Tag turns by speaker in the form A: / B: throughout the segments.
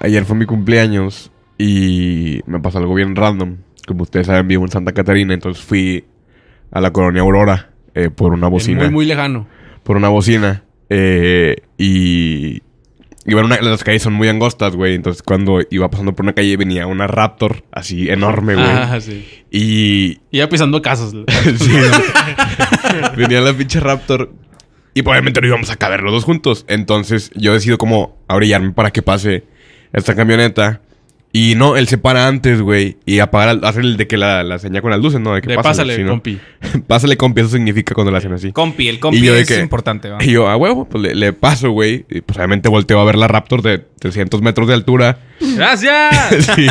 A: Ayer fue mi cumpleaños y me pasó algo bien random. Como ustedes saben, vivo en Santa Catarina, entonces fui a la colonia Aurora eh, por una bocina.
B: Muy, muy lejano.
A: Por una bocina. eh, y. Y bueno, una- las calles son muy angostas, güey. Entonces, cuando iba pasando por una calle, venía una Raptor así enorme, güey.
B: Ah, sí.
A: Y,
B: Y ya pisando casas.
A: Sí, güey. Venía la pinche Raptor. Y pues, obviamente no íbamos a caber los dos juntos. Entonces yo decido como abrillarme para que pase esta camioneta. Y no, él se para antes, güey. Y apaga, la- hace el de que la, la señal con las luces, ¿no? De que
B: De
A: pásale,
B: pásale,
A: sí, ¿no?
B: compi.
A: Pásale, compi. Eso significa cuando la hacen así.
C: Compi, el
A: Y
C: compi
A: yo de
C: es
A: que-
C: importante, ¿va?
A: Y yo, a huevo, pues le, le paso, güey. Y pues obviamente volteo a ver la Raptor de 300 metros de altura.
C: ¡Gracias!
A: Sí.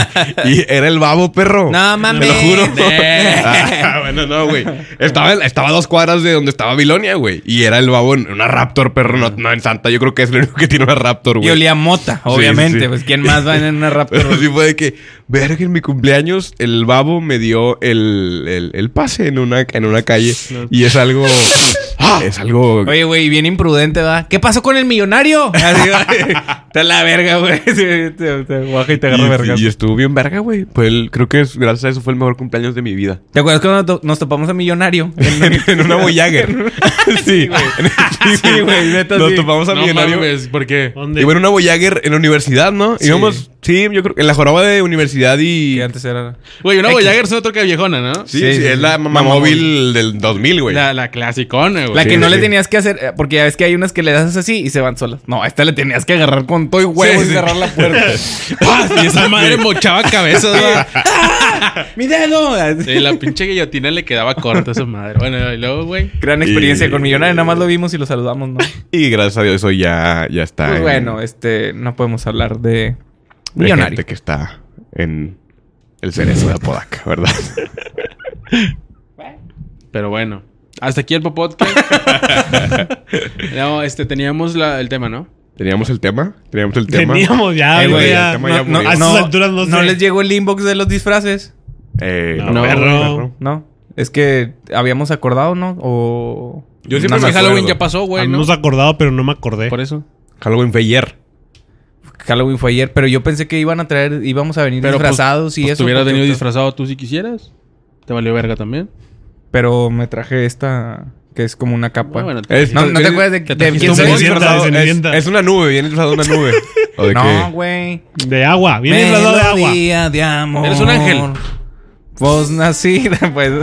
A: Y era el babo, perro.
C: No mames.
A: Te lo juro.
C: Eh.
A: Ah, bueno, no, güey. Estaba, estaba a dos cuadras de donde estaba Bilonia, güey. Y era el babo en una Raptor, perro. No, no en Santa. Yo creo que es el único que tiene una Raptor,
C: Y
A: güey.
C: olía a mota, obviamente. Pues quién más va en una
A: Pero
C: Raptor.
A: sí fue de que, verga, en mi cumpleaños el babo me dio el, el- el pase en una, en una calle. Y es algo... es algo...
C: Oye, güey, bien imprudente, ¿va? ¿Qué pasó con el millonario? Así, güey. Está la verga, güey. Sí, te, te guaja y te agarra verga.
A: y, y estuvo bien verga, güey. Fue el- creo que es- gracias a eso fue el mejor cumpleaños de mi vida.
C: ¿Te acuerdas cuando to- nos topamos a millonario?
A: en, en una Voyager. sí, güey.
C: Sí, güey, neta,
A: Nos
C: sí.
A: topamos a
B: No
A: Millonario.
B: mames, ¿por qué?
D: ¿Dónde?
A: Y bueno, una Voyager en la universidad, ¿no?
B: Sí.
A: Íbamos, sí, yo creo que en la joroba de universidad y.
C: Que antes era...
B: Güey, una Voyager es una troca viejona, ¿no?
A: Sí,
C: Sí,
A: sí,
C: sí,
A: es la mamá móvil del 2000, güey.
B: La, la clasicona, eh, güey.
C: La que
A: Sí,
C: no
A: sí.
C: le tenías que hacer, eh, porque ya ves que hay unas que le das así y se van solas. No, a esta le tenías que agarrar con todo y huevos Eh,
A: sí.
C: y cerrar la puerta.
A: Ah,
B: ¡Pah! Y esa madre mochaba cabezas, güey.
C: ¡Mi dedo!
B: Sí, la pinche guillotina le quedaba corta a esa madre. Bueno, y luego, güey.
C: Gran experiencia
A: Y-
C: con Millonario, nada más lo vimos y lo saludamos, ¿no?
A: Y gracias a Dios, eso ya, ya está.
C: Pues
A: en-
C: bueno, este, no podemos hablar de
A: de
C: Millonario.
A: gente que está en el cerezo de Apodaca, ¿verdad?
B: Pero bueno. Hasta aquí el podcast. no, este, teníamos la- el tema, ¿no?
A: Teníamos el tema, teníamos el tema.
D: Teníamos ya,
C: Eh,
D: Ah, güey.
C: güey,
D: ya.
A: el tema ya
D: No,
A: murió.
D: a estas alturas no, sé.
C: les llegó el inbox de los disfraces,
A: Eh,
D: No, perro.
C: ¿no? Es que habíamos acordado, ¿no? O... No me
A: Yo siempre me
B: Porque
C: acuerdo.
B: Halloween ya pasó, güey, ¿no?
D: Hemos acordado, pero no me acordé.
B: Por eso.
A: Halloween fue ayer.
C: Halloween fue ayer, pero yo pensé que iban a traer, íbamos a venir
B: Pero, pues,
C: disfrazados y
B: pues,
C: eso.
B: te hubieras
C: porque
B: venido
C: usted-
B: disfrazado tú si quisieras. Te valió verga también.
C: Pero me traje esta, que es como una capa.
B: Bueno,
A: Es-
C: no, ¿no te acuerdas de, de
B: Te trajiste
C: quién
D: un
C: se
D: bolso.
C: hizo?
D: Cenicienta,
A: disfrazado-
D: de
A: es,
D: Cenicienta.
A: es una nube, viene disfrazado de una nube. ¿O de
C: No,
A: qué?
C: güey.
D: De agua. Viene disfrazado de agua.
C: Melodía de amor.
B: Eres un ángel.
C: Vos nacida, pues.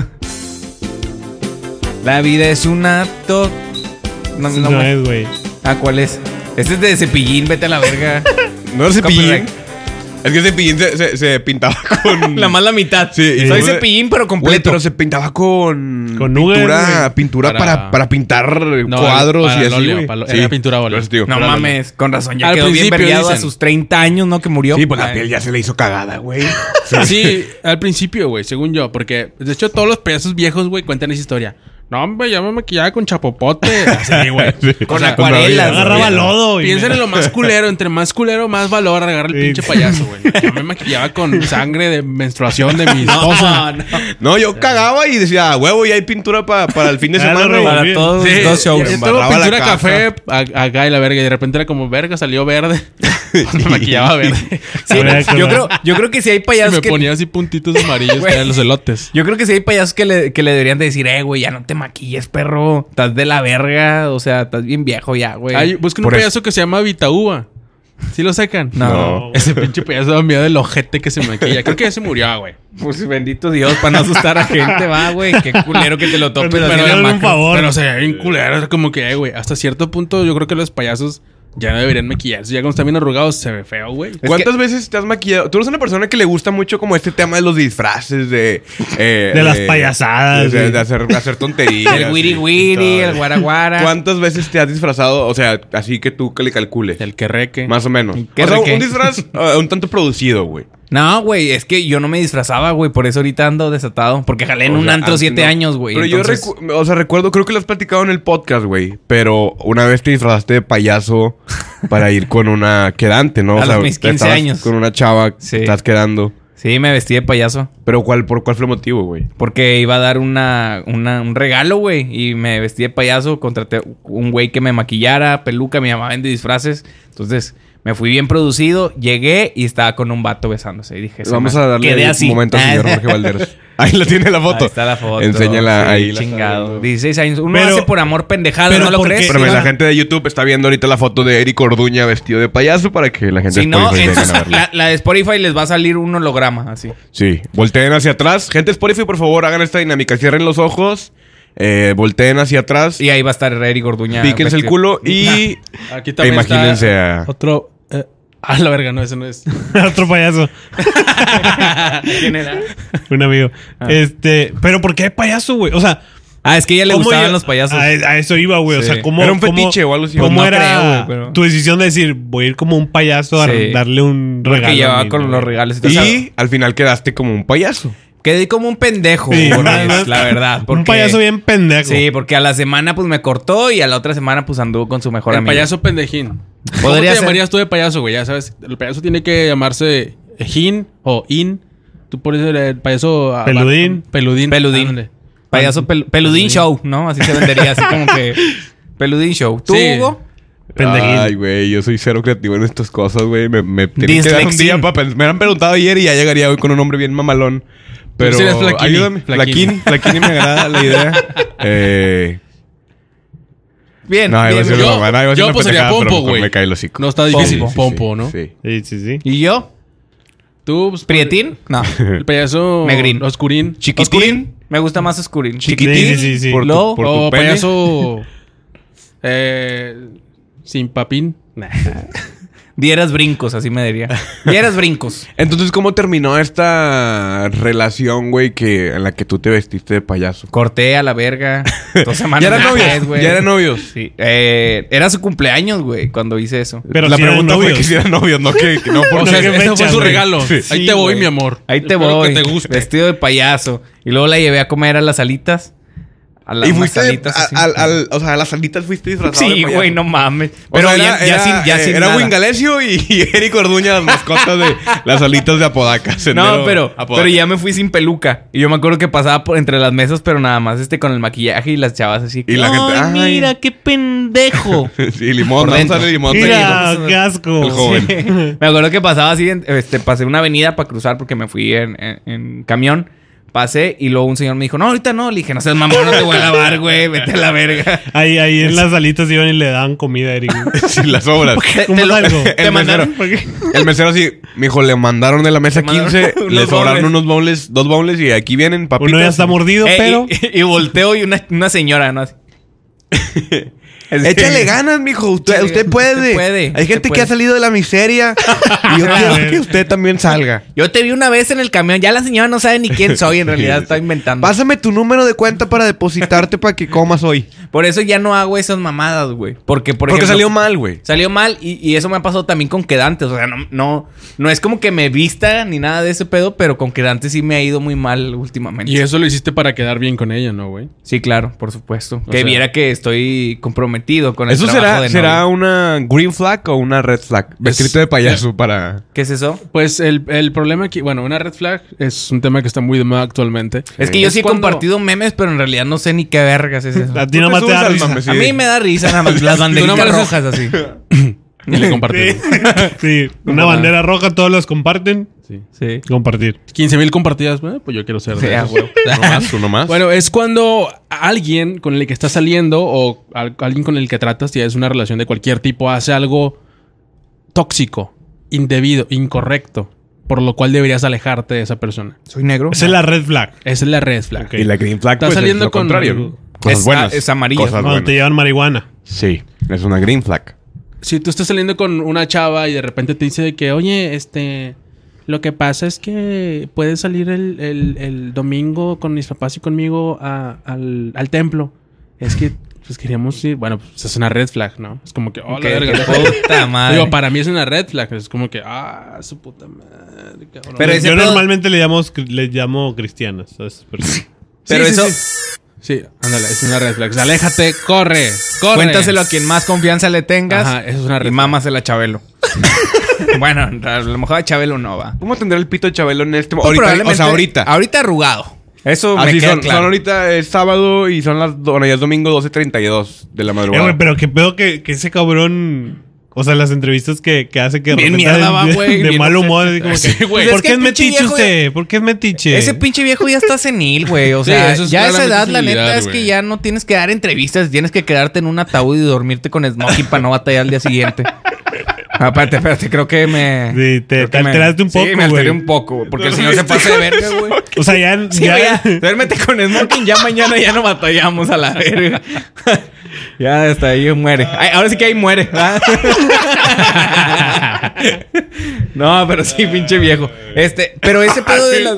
C: La vida es un acto. No, no,
D: No,
C: me-
D: es, güey.
C: Ah, ¿cuál es? Este es de cepillín, vete a la verga.
A: No es cepillín.
C: Copyright.
A: Es que cepillín se, se, se pintaba con.
C: la más la mitad.
A: Sí, y-
C: Soy
A: Güey,
C: cepillín, pero
A: Güey,
C: completo.
A: pero se pintaba con,
D: Con nubes,
A: pintura,
D: güey.
A: pintura para, para,
B: Para-
A: pintar
B: No,
A: cuadros
B: para
A: y
B: el
A: así.
B: óleo,
A: güey. Pues,
B: para lo- era pintura a óleo.
A: por eso te digo.
C: no
A: Pero-
C: mames, con razón. Ya
B: Al
C: quedó bien
B: principio
C: vergueado a
B: dicen.
C: sus 30 años, ¿no? Que murió.
A: Sí, pues la
C: Ay.
A: piel ya se le hizo cagada, güey.
B: Sí, al principio, güey, según yo. Porque, de hecho, todos los pedazos viejos, güey, cuentan esa historia. No, hombre, ya me maquillaba con chapopote. Así, güey.
C: Con
B: O sea,
C: acuarelas.
A: no, no,
D: Agarraba
A: no.
D: lodo. y
B: Piensen en lo más culero. Entre más culero, más valor agarra el
D: Sí.
B: pinche payaso, güey. Yo me maquillaba con sangre de menstruación de mi esposa.
C: No, no.
A: No, yo cagaba y decía, "Ah, huevo, ya hay pintura pa- para el fin de
D: Ya Ah, lo
A: semana. güey".
C: Para
D: Bien.
C: todos los dos shows.
B: yo
A: Embarraba
B: tengo
A: la
B: pintura
A: caja.
B: café a- acá y la verga. Y de repente era como verga, salió verde. Me maquillaba verde.
C: Sí,
D: Voy a
C: yo,
D: acordar.
C: creo, yo creo que si hay
B: Y
C: payasos
B: me
C: que
B: ponía así puntitos amarillos que
C: Güey.
B: eran los elotes.
C: Yo creo que sí hay payasos que le, que le deberían de decir, eh, güey, ya no te maquilles, perro. Estás de la verga. O sea, estás bien viejo ya, güey.
B: Hay- busquen un
A: Por eso.
B: payaso que se llama Vitauba. ¿Sí lo sacan?
C: No.
A: No.
B: Ese pinche payaso da miedo del ojete que se maquilla. Creo que ya se murió, ah, güey.
C: Pues bendito Dios, para no asustar a gente, va, güey. Qué culero que te lo topes.
D: Pero
C: así
D: no
C: en la
D: era un
C: macro.
D: favor.
B: Pero se ve bien culero. es Como que, eh, güey, hasta cierto punto yo creo que los payasos ya no deberían maquillarse. Ya cuando están bien arrugados se ve feo, güey.
C: Es
A: ¿Cuántas veces te has maquillado? Tú eres una persona que le gusta mucho como este tema de los disfraces, de... eh,
D: De las payasadas,
A: De,
D: güey.
A: de hacer, hacer tonterías.
C: El wiri
A: y- y
C: wiri,
A: todo.
C: el guaraguara.
A: ¿Cuántas veces te has disfrazado? O sea, así que tú que le calcules.
B: El que reque.
A: Más o menos.
C: ¿Qué
A: o sea,
C: requé?
A: un disfraz eh, un tanto producido, güey.
C: No, güey, es que yo no me disfrazaba, güey. Por eso ahorita ando desatado. Porque jalé en
A: O
C: un
A: sea,
C: antro
A: antes
C: siete
A: no.
C: años, güey.
A: Pero
C: entonces-
A: yo recu- o sea, recuerdo, creo que lo has platicado en el podcast, güey. Pero una vez te disfrazaste de payaso para ir con una quedante, ¿no? O
C: A
A: sea,
C: los mis
A: te
C: 15
A: estabas
C: años.
A: Con una chava,
C: Sí.
A: estás quedando.
C: Sí, me vestí de payaso.
A: Pero ¿cuál, ¿por cuál fue el motivo, güey?
C: Porque iba a dar una, una- un regalo, güey. Y me vestí de payaso. Contraté un güey que me maquillara, peluca. Mi mamá vende disfraces. Entonces, me fui bien producido. Llegué y estaba con un vato besándose. Y dije... "Esa
A: Vamos
C: madre".
A: a darle
C: Quedé
A: un
C: así.
A: momento al señor Jorge Valderas. Ahí la tiene la foto.
C: Ahí está la foto.
A: Enséñala
C: Sí,
A: ahí. la-
C: Chingado. 16 años. Uno
D: Pero-
C: hace por amor pendejado,
D: pero
C: ¿no lo
D: ¿por
C: crees?
D: qué?
A: Pero
D: Sí,
A: la
D: va.
A: gente de YouTube está viendo ahorita la foto de Eric Orduña vestido de payaso para que la gente
C: Si
A: de
C: no,
A: Spotify
C: en-
A: vengan a verlo.
C: la, la de Spotify les va a salir un holograma así.
A: Sí, volteen hacia atrás. Gente de Spotify, por favor, hagan esta dinámica. Cierren los ojos, eh, volteen hacia atrás,
C: Y ahí va a estar Eric Orduña.
A: píquense el
C: vestido.
A: culo y
B: Aquí también
A: imagínense
B: está
A: a-
B: otro... eh, ah, la verga, no, ese no es.
D: Otro payaso.
C: ¿Quién era?
D: Un amigo. Este, pero ¿por qué payaso, güey? O sea,
C: Ah, es que a ella le
D: ¿cómo Ah,
C: gustaban
D: ya-
C: los payasos.
D: A, a eso iba, güey.
C: Sí.
D: O sea, ¿cómo.
A: Era un
D: cómo-
A: fetiche o algo así.
D: ¿Cómo
C: Pues no creo,
D: era
C: güey, pero-
D: tu decisión de decir, voy a ir como un payaso a
C: Sí.
D: darle un regalo?
C: que
D: a
C: llevaba
D: mi
C: con
D: novia?
C: los regalos.
A: y
C: Entonces,
A: al final quedaste como un payaso.
C: quedé como un pendejo,
D: Sí,
C: Boris,
D: nada más.
C: la verdad. Porque,
D: Un payaso bien pendejo.
C: Sí, porque a la semana pues me cortó y a la otra semana pues anduvo con su mejor
B: el
C: amigo.
B: payaso pendejín. ¿Cómo te
C: Podría ser.
B: llamarías tú de payaso, güey? Ya sabes, el payaso tiene que llamarse eh, Jin o In. Tú pones el, el payaso... a-
D: Peludín.
B: peludín.
C: Peludín.
B: Ándale.
C: Payaso pel- peludín show, ¿no? Así se vendería, así como que peludín show. ¿Tú,
B: Sí.
C: Hugo?
D: Pendejín.
A: Ay, güey, yo soy cero creativo en estas cosas, güey. Me, me tienen que dar un
C: Dislexín.
A: día para pensar. Me han preguntado ayer y ya llegaría hoy con un hombre bien mamalón. Pero
B: Tú serías Flaquini.
A: ayúdame.
B: Flaquini.
A: Flaquini. Flaquini me agrada la idea. Eh,
C: Bien,
A: no, iba a
C: bien,
A: ser
C: bien.
A: una
B: Yo-
A: mamá. No, iba a ser
B: yo,
A: una
B: pues, sería
A: pendejada, pero
B: Pompo,
A: mejor
B: güey.
A: Me cae el hocico.
B: No está
A: Sí,
B: difícil.
A: sí, sí,
B: Pompo,
A: sí,
B: ¿no?
A: Sí.
D: Sí, sí, sí.
C: ¿Y yo?
B: Tú... pues,
C: ¿Prietín? No.
B: El payaso...
C: Negrín.
B: Oscurín.
C: ¿Oscurín? Me gusta más oscurín.
D: Chiquitín.
C: Chiquitín.
D: Sí, sí, sí.
A: Por tu-
C: Luego,
A: por-
B: o
A: pene.
B: payaso... eh, sin papín.
C: dieras brincos, así me diría. Dieras brincos.
A: Entonces, ¿cómo terminó esta relación, güey, que, en la que tú te vestiste de payaso?
C: Corté a la verga. Dos semanas.
A: Ya eran
C: después,
A: novios.
C: güey.
A: Ya eran novios.
C: Sí. Eh, era su cumpleaños, güey, cuando hice eso.
D: Pero
A: la
D: sí eran
A: pregunta fue
D: novios.
A: que si eran novios, no que, que no por
B: O sea,
D: qué
B: ese fue
D: fecha,
B: su
D: güey?
B: regalo.
A: Sí.
B: Ahí
C: Sí,
B: te voy,
C: güey.
B: mi amor.
C: Ahí te
B: Espero
C: voy. Este.
B: que te guste.
C: Vestido de payaso. Y luego la llevé a comer a las alitas. A las
A: y
C: unas
A: fuiste
C: alitas así.
A: a- al, al- o sea, a las salitas fuiste disfrazado. de
C: Sí,
A: payaso.
C: güey, no mames.
A: O
C: Pero
A: sea,
C: bien,
A: era,
C: ya
A: era,
C: sin, ya
A: eh,
C: sin
A: era
C: nada.
A: Wingalesio y, y Eric Orduña, las mascotas de las alitas de Apodaca. sendero
C: No, pero,
A: Apodaca.
C: pero ya me fui sin peluca. Y yo me acuerdo que pasaba por entre las mesas, pero nada más este con el maquillaje y las chavas así.
A: Y la gente,
C: "Ay,
A: ay".
C: mira, qué pendejo.
A: Sí, limón,
C: Por
A: vamos
C: dentro.
A: a darle limón.
C: Mira.
D: Mira, qué asco.
A: El joven.
C: Sí. Me acuerdo que pasaba así, en- este, pasé una avenida para cruzar porque me fui en, en- en camión. Pasé y luego un señor me dijo, no, ahorita no. Le dije, no seas mamón, no te voy a lavar, güey, vete a la verga.
D: Ahí, ahí en las alitas iban y le daban comida a Eric.
A: Sí, las obras.
C: Te,
D: ¿Cómo
C: te lo-
D: salgo?
C: te
A: El
C: mandaron-
A: mesero. El mesero así, mijo, le mandaron de la mesa
C: Le mandaron
A: 15,
C: unos
A: le sobraron
C: bowls.
A: unos bowls, dos bowls y aquí vienen papitas.
D: Uno ya está mordido,
C: Eh, y-
D: pero.
C: Y, y volteo y una, una señora, ¿no? Así.
A: Échale ganas, mijo. Usted,
C: Échale
A: usted
C: ganas.
A: puede.
C: Usted puede.
A: Hay gente
C: Usted
A: que
C: puede.
A: ha salido de la miseria. y yo quiero que usted también salga.
C: Yo te vi una vez en el camión, ya la señora no sabe ni quién soy, en realidad está inventando.
A: Pásame tu número de cuenta para depositarte para que comas hoy.
C: Por eso ya no hago esas mamadas, güey. Porque, por
A: Porque
C: ejemplo,
A: salió mal, güey.
C: Salió mal y, y eso me ha pasado también con quedantes. O sea, no, no, no es como que me vista ni nada de ese pedo, pero con quedantes sí me ha ido muy mal últimamente.
B: Y eso lo hiciste para quedar bien con ella, ¿no, güey?
C: Sí, claro, por supuesto.
B: O
C: que
B: sea-
C: viera que estoy comprometido con el
A: ¿Eso
C: trabajo
A: será,
C: de
A: será
C: novio.
A: una green flag o una red flag? Vestirte de payaso para.
C: ¿Qué es eso?
B: Pues el, el problema aquí, bueno, una red flag es un tema que está muy de moda actualmente.
C: Es que yo sí he
B: cuando-
C: compartido memes, pero en realidad no sé ni qué vergas es eso.
D: A ti nomás te
A: subes
D: da
A: al
D: risa.
A: mame, sí.
C: A mí me da risa nada más las banderitas
B: Tú nomás
C: rojas así.
B: Y le compartí.
D: Sí, una bandera roja, todos los comparten.
C: Sí.
D: Compartir.
B: 15 mil compartidas, bueno, pues yo quiero ser de
C: Sí, a
B: esos.
C: huevo.
A: Nomás, uno más.
B: Bueno, es cuando alguien con el que estás saliendo o al- alguien con el que tratas, ya es una relación de cualquier tipo, hace algo tóxico, indebido, incorrecto, por lo cual deberías alejarte de esa persona.
C: Soy negro.
D: Esa es la red flag.
B: Esa es la red flag.
D: Ok.
A: y la green flag
B: Está
A: pues,
B: saliendo
A: es lo
B: con-
A: contrario. ¿no? Cosas
C: es-
A: buenas.
C: es amarillo.
A: Cosas
D: Cuando
A: buenas.
D: te llevan marihuana.
A: Sí, es una green flag.
B: Si tú estás saliendo con una chava y de repente te dice de que, oye, este, lo que pasa es que puedes salir el, el- el domingo con mis papás y conmigo a- al, al templo. Es que, pues queríamos ir. Bueno, pues es una red flag, ¿no? Es como que, oh, la
C: Ok,
B: verga,
C: qué
B: no.
C: puta madre.
B: Digo, para mí es una red flag. Es como que, ah, su puta madre. cabrón.
C: Pero
D: Yo-
C: ese
D: Yo
C: pedo-
D: normalmente le llamo, le llamo cristianas. eh, a esas personas.
C: pero
B: Sí, sí,
C: eso,
B: Sí, ándale, es una red flag. Aléjate, corre, corre.
C: cuéntaselo a quien más confianza le tengas.
B: Ajá, eso es una red
C: y
B: flag.
C: mámasela a Chabelo. bueno, a lo mejor a Chabelo no va.
A: ¿Cómo tendrá el pito Chabelo en este
C: O
A: momento? Ahorita, o sea, ahorita.
C: Ahorita arrugado. Eso me
A: Así
C: queda
A: son,
C: claro.
A: son ahorita es sábado y son las do- bueno, ya es domingo 12.32 de la
D: Eh,
A: madrugada.
D: güey, pero qué pedo que, que ese cabrón. O sea, las entrevistas que, que hace que de
C: Bien
D: repente
C: mierda va,
D: de,
C: güey,
D: de
C: bien
D: mal
C: ojete.
D: humor. así como que,
C: Sí, güey.
D: ¿Por
C: Es que
D: qué es
C: el pinche
D: metiche
C: viejo
D: usted? ¿Por qué es metiche?
C: Ese pinche viejo ya está senil, güey. O
A: Sí,
C: sea,
A: eso es
C: ya a esa
A: claramente
C: edad, la
A: senilidad,
C: neta es
A: güey.
C: que ya no tienes que dar entrevistas, tienes que quedarte en un ataúd y dormirte con Smokey para no batallar al día siguiente. Aparte, espérate, creo que me.
D: Sí, te-
C: creo
D: te
C: que me-
D: alteraste un
C: Sí,
D: poco,
C: me alteré
D: güey.
C: un poco, güey, porque el señor se pasa de verga, güey.
D: O sea, ya.
C: Sí,
D: ya,
C: güey, ya. Duérmete con Smoking, ya mañana ya no batallamos a la verga. ya hasta ahí muere. Ay, ahora sí que ahí muere. ¿verdad? no, pero sí, pinche viejo. Este, pero ese pedo de las.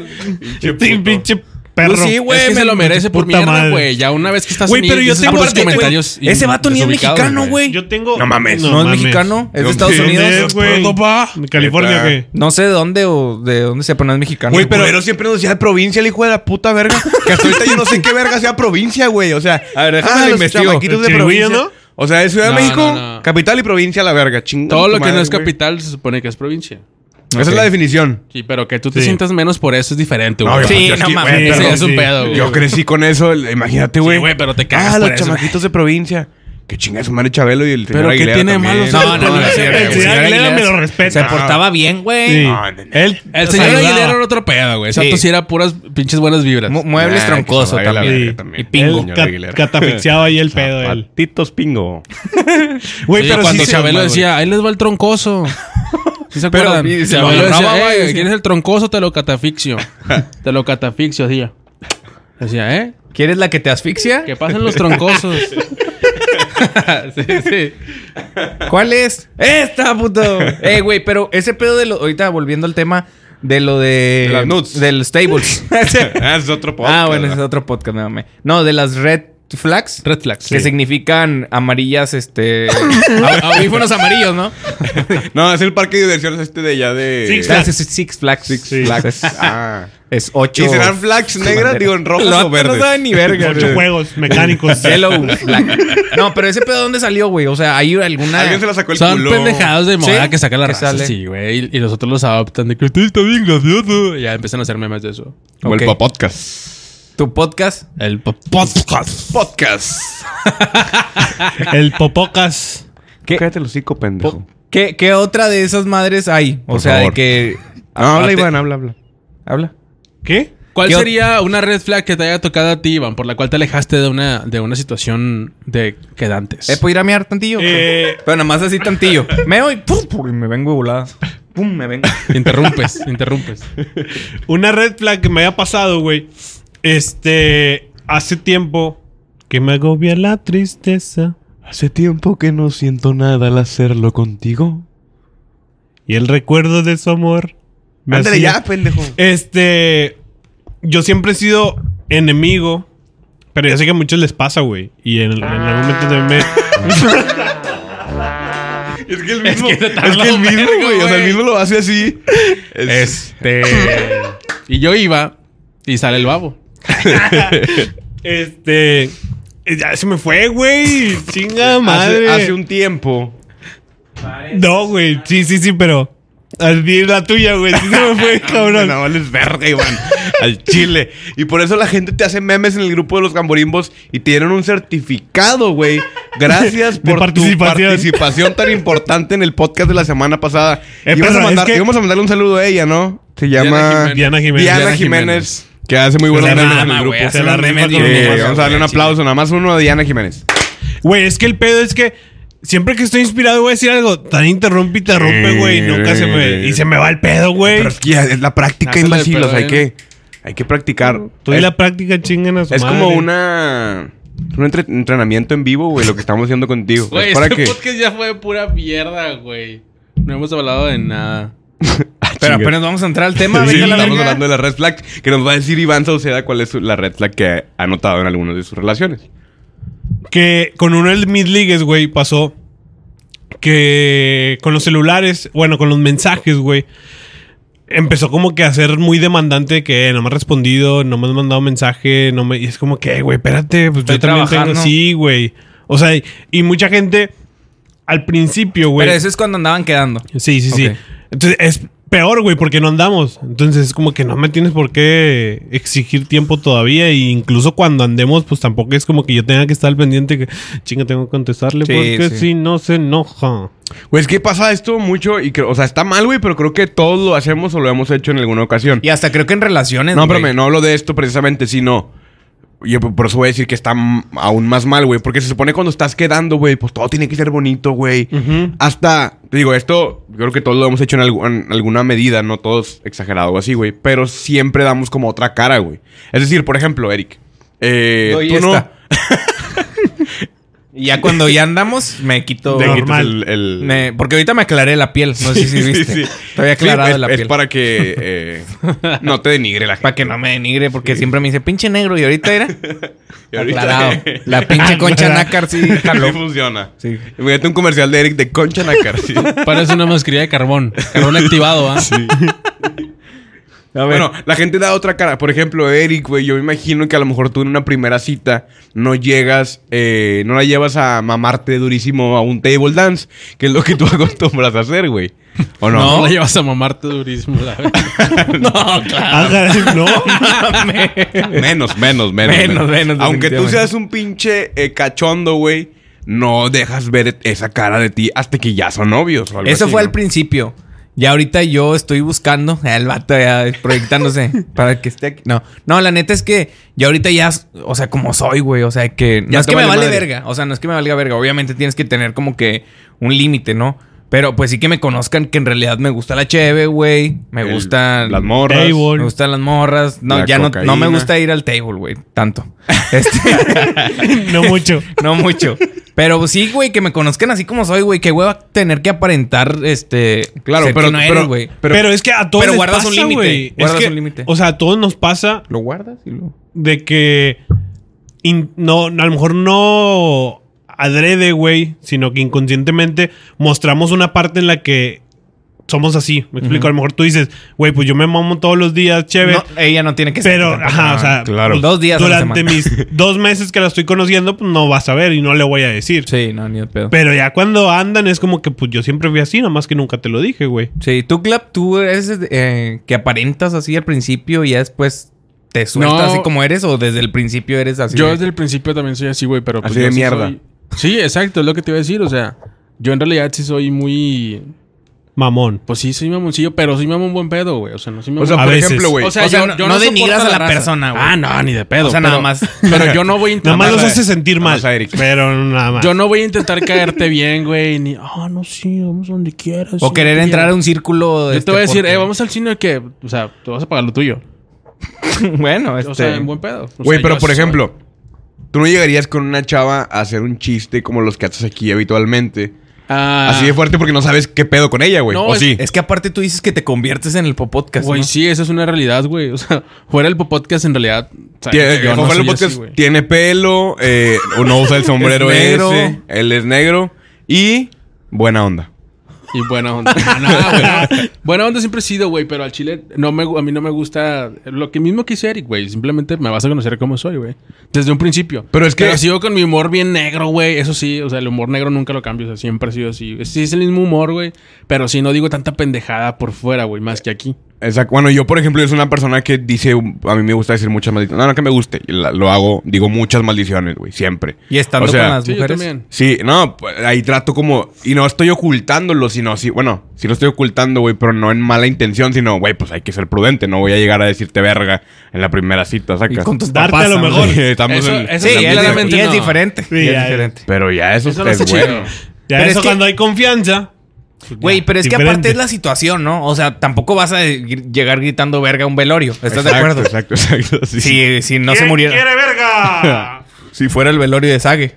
D: este pinche perro.
C: Pues sí, güey,
B: es que
C: me
B: se
C: lo
B: lo merece por
D: Puta
B: mierda,
D: madre.
B: güey. Ya una vez que estás
D: Güey,
B: en
D: pero
B: el-
D: yo
B: dices
D: tengo
B: puros
D: aparte, güey,
B: comentarios. in-
C: Ese vato ni es
B: desubicados,
C: mexicano, güey.
D: Yo tengo.
A: No mames.
C: No, es mexicano, es de
A: No,
C: Estados
A: sí,
C: Unidos.
D: es, güey?
A: Papá.
D: ¿De California,
A: Neta.
D: güey.
C: No sé de dónde o de dónde sea, pero no es mexicano.
A: Güey, pero, siempre nos decía de provincia el hijo de la puta verga. Que hasta ahorita yo no sé qué verga sea provincia, güey. O sea, ah,
C: A ver, déjame lo
A: los
C: investigo.
A: chamaquitos de
D: Chiriguillo,
A: provincia.
D: ¿no?
A: O sea, es Ciudad de
B: No,
A: México,
B: no, no.
A: capital y provincia a la verga. Chingón.
B: Todo lo que no es capital se supone que es provincia.
A: Esa es la definición.
B: Sí, pero que tú te
D: Sí.
B: sientas menos por eso es diferente,
A: No,
B: güey.
A: yo-
C: Sí,
A: yo
C: no
A: sí,
C: mames.
D: güey,
B: Ese
D: perdón,
B: es un
D: sí.
B: pedo, güey.
A: Yo crecí con eso, el- imagínate, güey.
B: güey, pero te cagas
A: Ah,
B: por
A: los
B: eso,
A: chamaquitos de provincia. Que chinga su madre Chabelo y el señor
B: ¿Pero qué
A: Aguilera
B: tiene de
A: también.
B: malo?
C: No, no, no.
D: El
C: sí, güey,
D: señor Aguilera me lo respeta.
C: Se portaba bien,
D: Sí.
C: güey.
A: No, no, no.
D: Él.
B: El señor
D: saludaba.
B: Aguilera era otro pedo, güey. Ese
C: Sí.
B: vato sí era puras pinches buenas vibras.
C: Mu- Muebles
A: Ah,
C: troncoso
A: que se vaya a la
C: también.
A: verga
D: Sí.
A: también.
C: Y pingo.
A: Señor
D: Él
A: Aguilera.
D: cat- catafixiaba ahí el pedo, él.
A: Patitos pingo.
D: Güey,
B: Oye,
D: pero
B: cuando
D: sí. se-
B: Chabelo
D: madre.
B: decía, ahí les va el troncoso. ¿Sí se
C: Pero,
B: acuerdan?
C: y se
B: Chabelo
C: agarraba,
B: decía,
C: güey,
B: "Eh,
C: sí.
B: ¿quieres el troncoso? Te lo catafixio. te lo catafixio, hacía. Decía, ¿eh?
C: ¿Quieres la que te asfixia?
B: Que pasen los troncosos. sí, sí.
C: ¿Cuál es? ¡Esta, puto! Eh, güey, pero ese pedo de lo... Ahorita volviendo al tema de lo de...
A: De las nudes.
C: Del stables.
A: Ah, es otro podcast.
C: ah, bueno, ese es
A: ¿verdad?
C: otro podcast, me mamé. No, de las red flags.
B: Red flags.
C: Que significan amarillas, este... au- audífonos amarillos, ¿no?
A: No, es el parque de diversiones este de allá de...
D: Six
C: Ah, sí, sí, Six Flags. Six
D: Sí.
C: Flags. Es,
A: Ah.
C: es ocho...
A: ¿Y serán flags negras?
C: bandera.
A: Digo, en rojas
C: No,
A: o verdes.
C: No saben ni verga,
D: Ocho
C: güey.
D: juegos mecánicos.
C: Yellow flag. No, pero ese pedo, ¿dónde salió, güey? O sea, hay alguna...
A: Alguien se la sacó el
B: Son
A: culo.
B: pendejados de moda
C: Sí,
B: que saca la
C: que
B: raza.
C: sale.
B: Sí, güey. Y, y los otros los adoptan de que usted está bien gracioso. Y ya empiezan a hacer memes de eso.
A: Como
C: Ok.
A: el podcast.
C: ¿Tu podcast?
B: El po- podcast.
A: Podcast.
D: El popocas.
C: ¿Qué?
A: Cállate los hocico, pendejo.
C: ¿Qué, qué otra de esas madres hay? O
A: Por
C: sea,
A: favor.
C: de que.
A: Ah, habla,
C: Aparte-
A: Iván, habla, habla.
C: Habla.
D: ¿Qué?
B: ¿Cuál
C: ¿Qué ot-
B: sería una red flag que te haya tocado a ti, Iván, por la cual te alejaste de una, de una situación de quedantes?
C: ¿Eh, ¿Puedo ir a mear tantillo?
D: Eh.
C: Pero nada más así tantillo. Me voy, pum, pum, y me vengo de volada. Pum, me vengo.
B: Interrumpes, interrumpes.
D: Una red flag que me había pasado, güey. Este. Hace tiempo que me agobia la tristeza
A: Hace tiempo que no siento nada al hacerlo contigo.
D: y el recuerdo de su amor. me
A: Ándale
D: hacía-
A: ya, pendejo.
D: Este. Yo siempre he sido enemigo. Pero yo sé que a muchos les pasa, güey. Y en, en algún momento también me.
A: Es que el mismo... Es que, el mismo, güey. O sea, el mismo lo hace así. Es...
B: Este. Y yo iba y sale el babo.
D: Este. eh, Ya se me fue, güey. Chinga madre.
A: Hace, hace un tiempo.
D: No, güey. Sí, sí, sí, pero. Así es la tuya, güey. Sí se me fue, cabrón.
A: No, vales verga, Iván. Al chile. Y por eso la gente te hace memes en el grupo de los gamborimbos y te dieron un certificado, güey. Gracias
D: De
A: por tu
D: participación.
A: participación tan importante en el podcast de la semana pasada.
D: Eh,
A: íbamos,
D: perra,
A: a
D: es
A: mandar-
D: que-
A: íbamos a mandarle un saludo a ella, ¿no? Se llama Diana
D: Diana
A: Jiménez.
D: Jiménez.
A: Que hace muy buenos
D: Se la
A: memes en
D: mama,
A: el grupo.
D: güey, hace los memes
A: Sí,
D: con los
A: vamos a darle un aplauso, nada más uno a Diana Jiménez.
D: Güey, es que el pedo es que siempre que estoy inspirado voy a decir algo, tan interrumpe, interrumpe, güey, y nunca se me... Y se me va el pedo, güey.
A: Pero es que ya es la práctica,
B: Hazle,
A: imbécilos.
B: pero,
A: Hay
B: eh.
A: que, hay que practicar.
D: Tú y
A: Es-
D: la práctica chingan a su
A: Es
D: madre.
A: como una un entre- entrenamiento en vivo, güey, lo que estamos haciendo contigo.
B: Güey,
A: es Pues, para
B: este
A: que
B: podcast ya fue pura mierda, güey. No hemos hablado de nada.
C: Pero
A: Chinga.
C: apenas vamos a entrar al tema.
A: Sí,
C: venga la
A: estamos
C: verga.
A: hablando de la red flag que nos va a decir Iván Sauceda cuál es su- la red flag que ha notado en algunas de sus relaciones.
D: Que con uno de mis ligues, güey, pasó que con los celulares, bueno, con los mensajes, güey, empezó como que a ser muy demandante que eh, no me has respondido, no me has mandado mensaje, no me... Y es como que, güey, espérate, pues
C: Estoy
D: yo también
C: trabajando.
D: tengo... Sí, güey. O sea, y, y mucha gente al principio, güey.
C: Pero eso es cuando andaban quedando.
D: Sí, sí,
C: Ok.
D: sí. Entonces es peor, güey, porque no andamos. Entonces es como que no me tienes por qué exigir tiempo todavía. E incluso cuando andemos, pues tampoco es como que yo tenga que estar al pendiente que chinga, tengo que contestarle
C: Sí,
D: porque
C: sí.
D: si no se enoja.
A: Güey, es que pasa esto mucho y creo, o sea, está mal, güey, pero creo que todos lo hacemos o lo hemos hecho en alguna ocasión.
C: Y hasta creo que en relaciones.
A: No,
C: güey.
A: espérame, no hablo de esto precisamente, sino. Yo por por eso voy a decir que está m- aún más mal, güey. Porque se supone cuando estás quedando, güey, pues todo tiene que ser bonito, güey. Hasta, te digo, esto yo creo que todos lo hemos hecho en, algu- en alguna medida, no todos exagerado o así, güey. Pero siempre damos como otra cara, güey. Es decir, por ejemplo, Eric. eh,
C: Doy
A: tú no.
C: esta. Y ya cuando ya andamos, me quito.
A: Te quitas
D: Normal.
A: el- el-
C: Me- porque ahorita me aclaré la piel. No sé si
A: Sí,
C: viste.
A: sí.
C: Estoy aclarado
A: Sí, es,
C: la
A: es
C: piel. Para...
A: para que eh, no te denigre la gente.
C: que no me denigre, porque siempre me dice pinche negro. Y ahorita era
A: Y ahorita-
C: aclarado. La pinche concha nácar sí
A: Sí
C: jaló.
A: funciona.
C: Sí.
A: Imagínate un comercial de Eric de Concha Nácar. sí.
B: Parece una mascarilla de carbón. Carbón activado, ¿ah?
A: Bueno, la gente da otra cara. Por ejemplo, Eric, güey, yo me imagino que a lo mejor tú en una primera cita no llegas, eh, no la llevas a mamarte durísimo a un table dance, que es lo que tú acostumbras a hacer, güey. ¿O no?
B: No, la llevas a mamarte durísimo, la verdad.
D: Ah, caray, no.
A: Menos, menos, menos.
C: Menos, menos,
A: Aunque tú
C: definitivamente.
A: seas un pinche eh, cachondo, güey, no dejas ver esa cara de ti hasta que ya son novios o algo
C: Eso
A: así,
C: fue
A: ¿no?
C: al principio. Ya ahorita yo estoy buscando el vato ya proyectándose para que esté aquí. No, no, la neta es que yo ahorita ya, o sea, como soy, güey, o sea, que no
A: Ya
C: es
A: te
C: que me
A: vale
C: vale
A: madre.
C: verga, o sea, no es que me valga verga, obviamente tienes que tener como que un límite, ¿no? Pero pues sí que me conozcan que en realidad me gusta la cheve, güey, me
A: El-
C: gustan
A: las morras.
D: Table.
C: me gustan las morras, no,
A: La
C: ya no, no me
A: cocaína.
C: gusta ir al table, güey, tanto. Este
D: No mucho.
C: no mucho. Pero pues, sí, güey, que me conozcan así como soy, güey. Qué hueva tener que aparentar, este...
A: Claro,
C: ser
A: pero,
C: que no eres,
A: pero,
C: güey.
A: pero-
D: Pero, es que a todos
C: pero
D: les
C: guardas un
D: pasa,
C: límite,
D: güey. Es
C: guardas
D: que,
C: un límite.
D: O sea, a todos nos pasa
C: Lo guardas y lo...
D: de que in- no, no, a lo mejor no adrede, güey, sino que inconscientemente mostramos una parte en la que somos así. Me explico, a lo mejor tú dices, güey, pues yo me mamo todos los días, chévere.
C: No, ella no tiene que ser
D: pero,
C: tampoco,
D: ajá,
C: no.
D: o sea,
A: claro.
D: pues,
C: Dos días a la
D: durante mis dos meses que la estoy conociendo, pues no vas a ver y no le voy a decir.
C: Sí, no, ni de pedo.
D: Pero ya cuando andan es como que, pues yo siempre fui así, nada más que nunca te lo dije, güey.
C: Sí, tú, Clap, tú eres eh, que aparentas así al principio y ya después te sueltas
B: No.
C: así como eres o desde el principio eres así.
B: yo
C: de-
B: desde el principio también soy así, güey, pero... pues,
A: Así
B: yo
A: de
B: sí
A: mierda.
B: soy- Sí, exacto, es lo que te iba a decir, o sea... Yo en realidad sí soy muy...
D: Mamón.
B: Pues sí, soy mamoncillo, pero soy mamón buen pedo, güey. O sea, no soy mamón...
A: O sea,
D: A
A: por
D: veces.
A: ejemplo, güey.
B: O sea,
C: O sea,
B: yo,
C: no-
B: yo
C: no
B: soporto
C: denigras a la
B: raza.
C: persona, güey.
B: Ah, no, ni de pedo.
C: O sea, nada
B: pero-
C: más.
B: Pero yo no voy a
D: Nada más
B: intentar...
D: los
A: a-
D: hace sentir
A: nada
D: mal.
A: más a Eric.
D: Pero nada más.
B: Yo no voy a intentar caerte bien, güey. Ni... Ah, no, sí, vamos donde quieras.
C: O
B: sí,
C: querer
B: te
C: entrar a
B: llevo".
C: un círculo...
B: Yo
C: este,
B: te voy a decir,
C: porque-
B: eh, vamos al cine que... O sea, te vas a pagar lo tuyo.
C: bueno, este...
B: O sea, en buen pedo. O
A: Güey,
B: sea,
A: pero
B: yo
A: por
B: soy-
A: ejemplo, tú no llegarías con una chava a hacer un chiste como los que haces aquí habitualmente.
B: Ah,
A: Así de fuerte porque no sabes qué pedo con ella, güey.
B: No,
A: o
B: es-
A: sí.
C: Es que aparte tú dices que te conviertes en el popodcast,
B: Güey,
C: ¿no?
B: sí, esa es una realidad, güey. O sea, fuera el podcast en realidad. sabes
A: Tiene,
B: que yo no
A: Juan Pablo
B: soy así,
A: Podcast
B: güey.
A: tiene pelo, eh, o no usa el sombrero
C: Es negro.
A: ese, él es negro y buena onda.
B: Y buena onda. No, no, güey. buena onda siempre he sido, güey, pero al chile no me, gu- a mí no me gusta lo que mismo que hice Eric, güey. Simplemente me vas a conocer como soy, güey. Desde un principio.
A: Pero es que-
B: sigo con mi humor bien negro, güey. Eso sí, o sea, el humor negro nunca lo cambio. O sea, siempre ha sido así. Sí, es el mismo humor, güey. Pero sí, no digo tanta pendejada por fuera, güey, más que aquí.
A: Exacto. Bueno, yo, por ejemplo, yo soy una persona que dice, um, a mí me gusta decir muchas maldiciones. No, no que me guste, la- lo hago, digo muchas maldiciones, güey, siempre.
C: Y estando
A: O sea,
C: con las
B: Sí, yo
C: mujeres.
B: también.
A: Sí, no, pues, ahí trato como. Y no estoy ocultándolo, sino sí. Bueno, sí lo estoy ocultando, güey, pero no en mala intención, sino, güey, pues hay que ser prudente. No voy a llegar a decirte verga en la primera cita,
C: Y
A: sacas.
C: con tus
D: Darte
C: papás,
D: a lo
C: ¿no?
D: mejor.
A: Sí, Estamos
B: Eso-
A: en-
B: eso
C: Sí,
B: sí,
C: y es-
B: claramente
C: y es
B: no.
C: diferente.
D: Sí,
C: y es
D: ya, ya.
C: diferente.
A: Pero ya eso,
B: Eso no
A: es
B: está
A: bueno.
B: chido.
D: Ya
C: Pero
D: eso
C: es que-
D: cuando hay confianza. pues,
C: Güey,
D: ya,
C: pero es que
D: diferente.
C: aparte es la situación, ¿no? O sea, tampoco vas a gr- llegar gritando verga a un velorio. ¿Estás
A: Exacto,
C: de acuerdo?
A: Exacto, exacto. Sí,
C: Si, si no se
D: ¿Quién
C: muriera.
D: quiere verga?
C: Si fuera el velorio de Sage.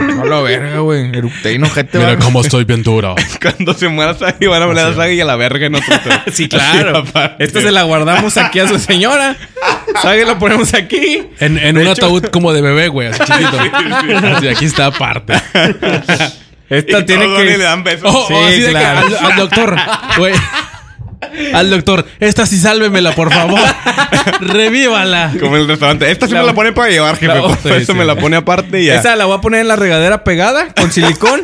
C: No lo verga, güey. Eructé inojete, va.
B: estoy bien duro.
A: Cuando se muera Sagi, van a hablar a Sagi y a la verga en otro.
C: Sí, claro. Esta se la guardamos aquí a su señora. Sage lo ponemos aquí.
B: En, en un ataúd como de bebé, güey, así chiquito. Así, aquí está aparte.
C: Esta tiene
A: todos
C: que.
A: ni le dan besos.
B: Oh,
C: Sí,
B: oh, así de que
C: claro.
B: al, al doctor, güey. Al doctor, esta sí sálvemela, por favor. Revívala.
A: Como en el restaurante. Esta sí
C: La-
A: me la pone para llevar, jefe.
C: La-
A: por
C: Sí,
A: eso
C: sí.
A: me la pone aparte y ya.
C: Esa la voy a poner en la regadera pegada con silicón.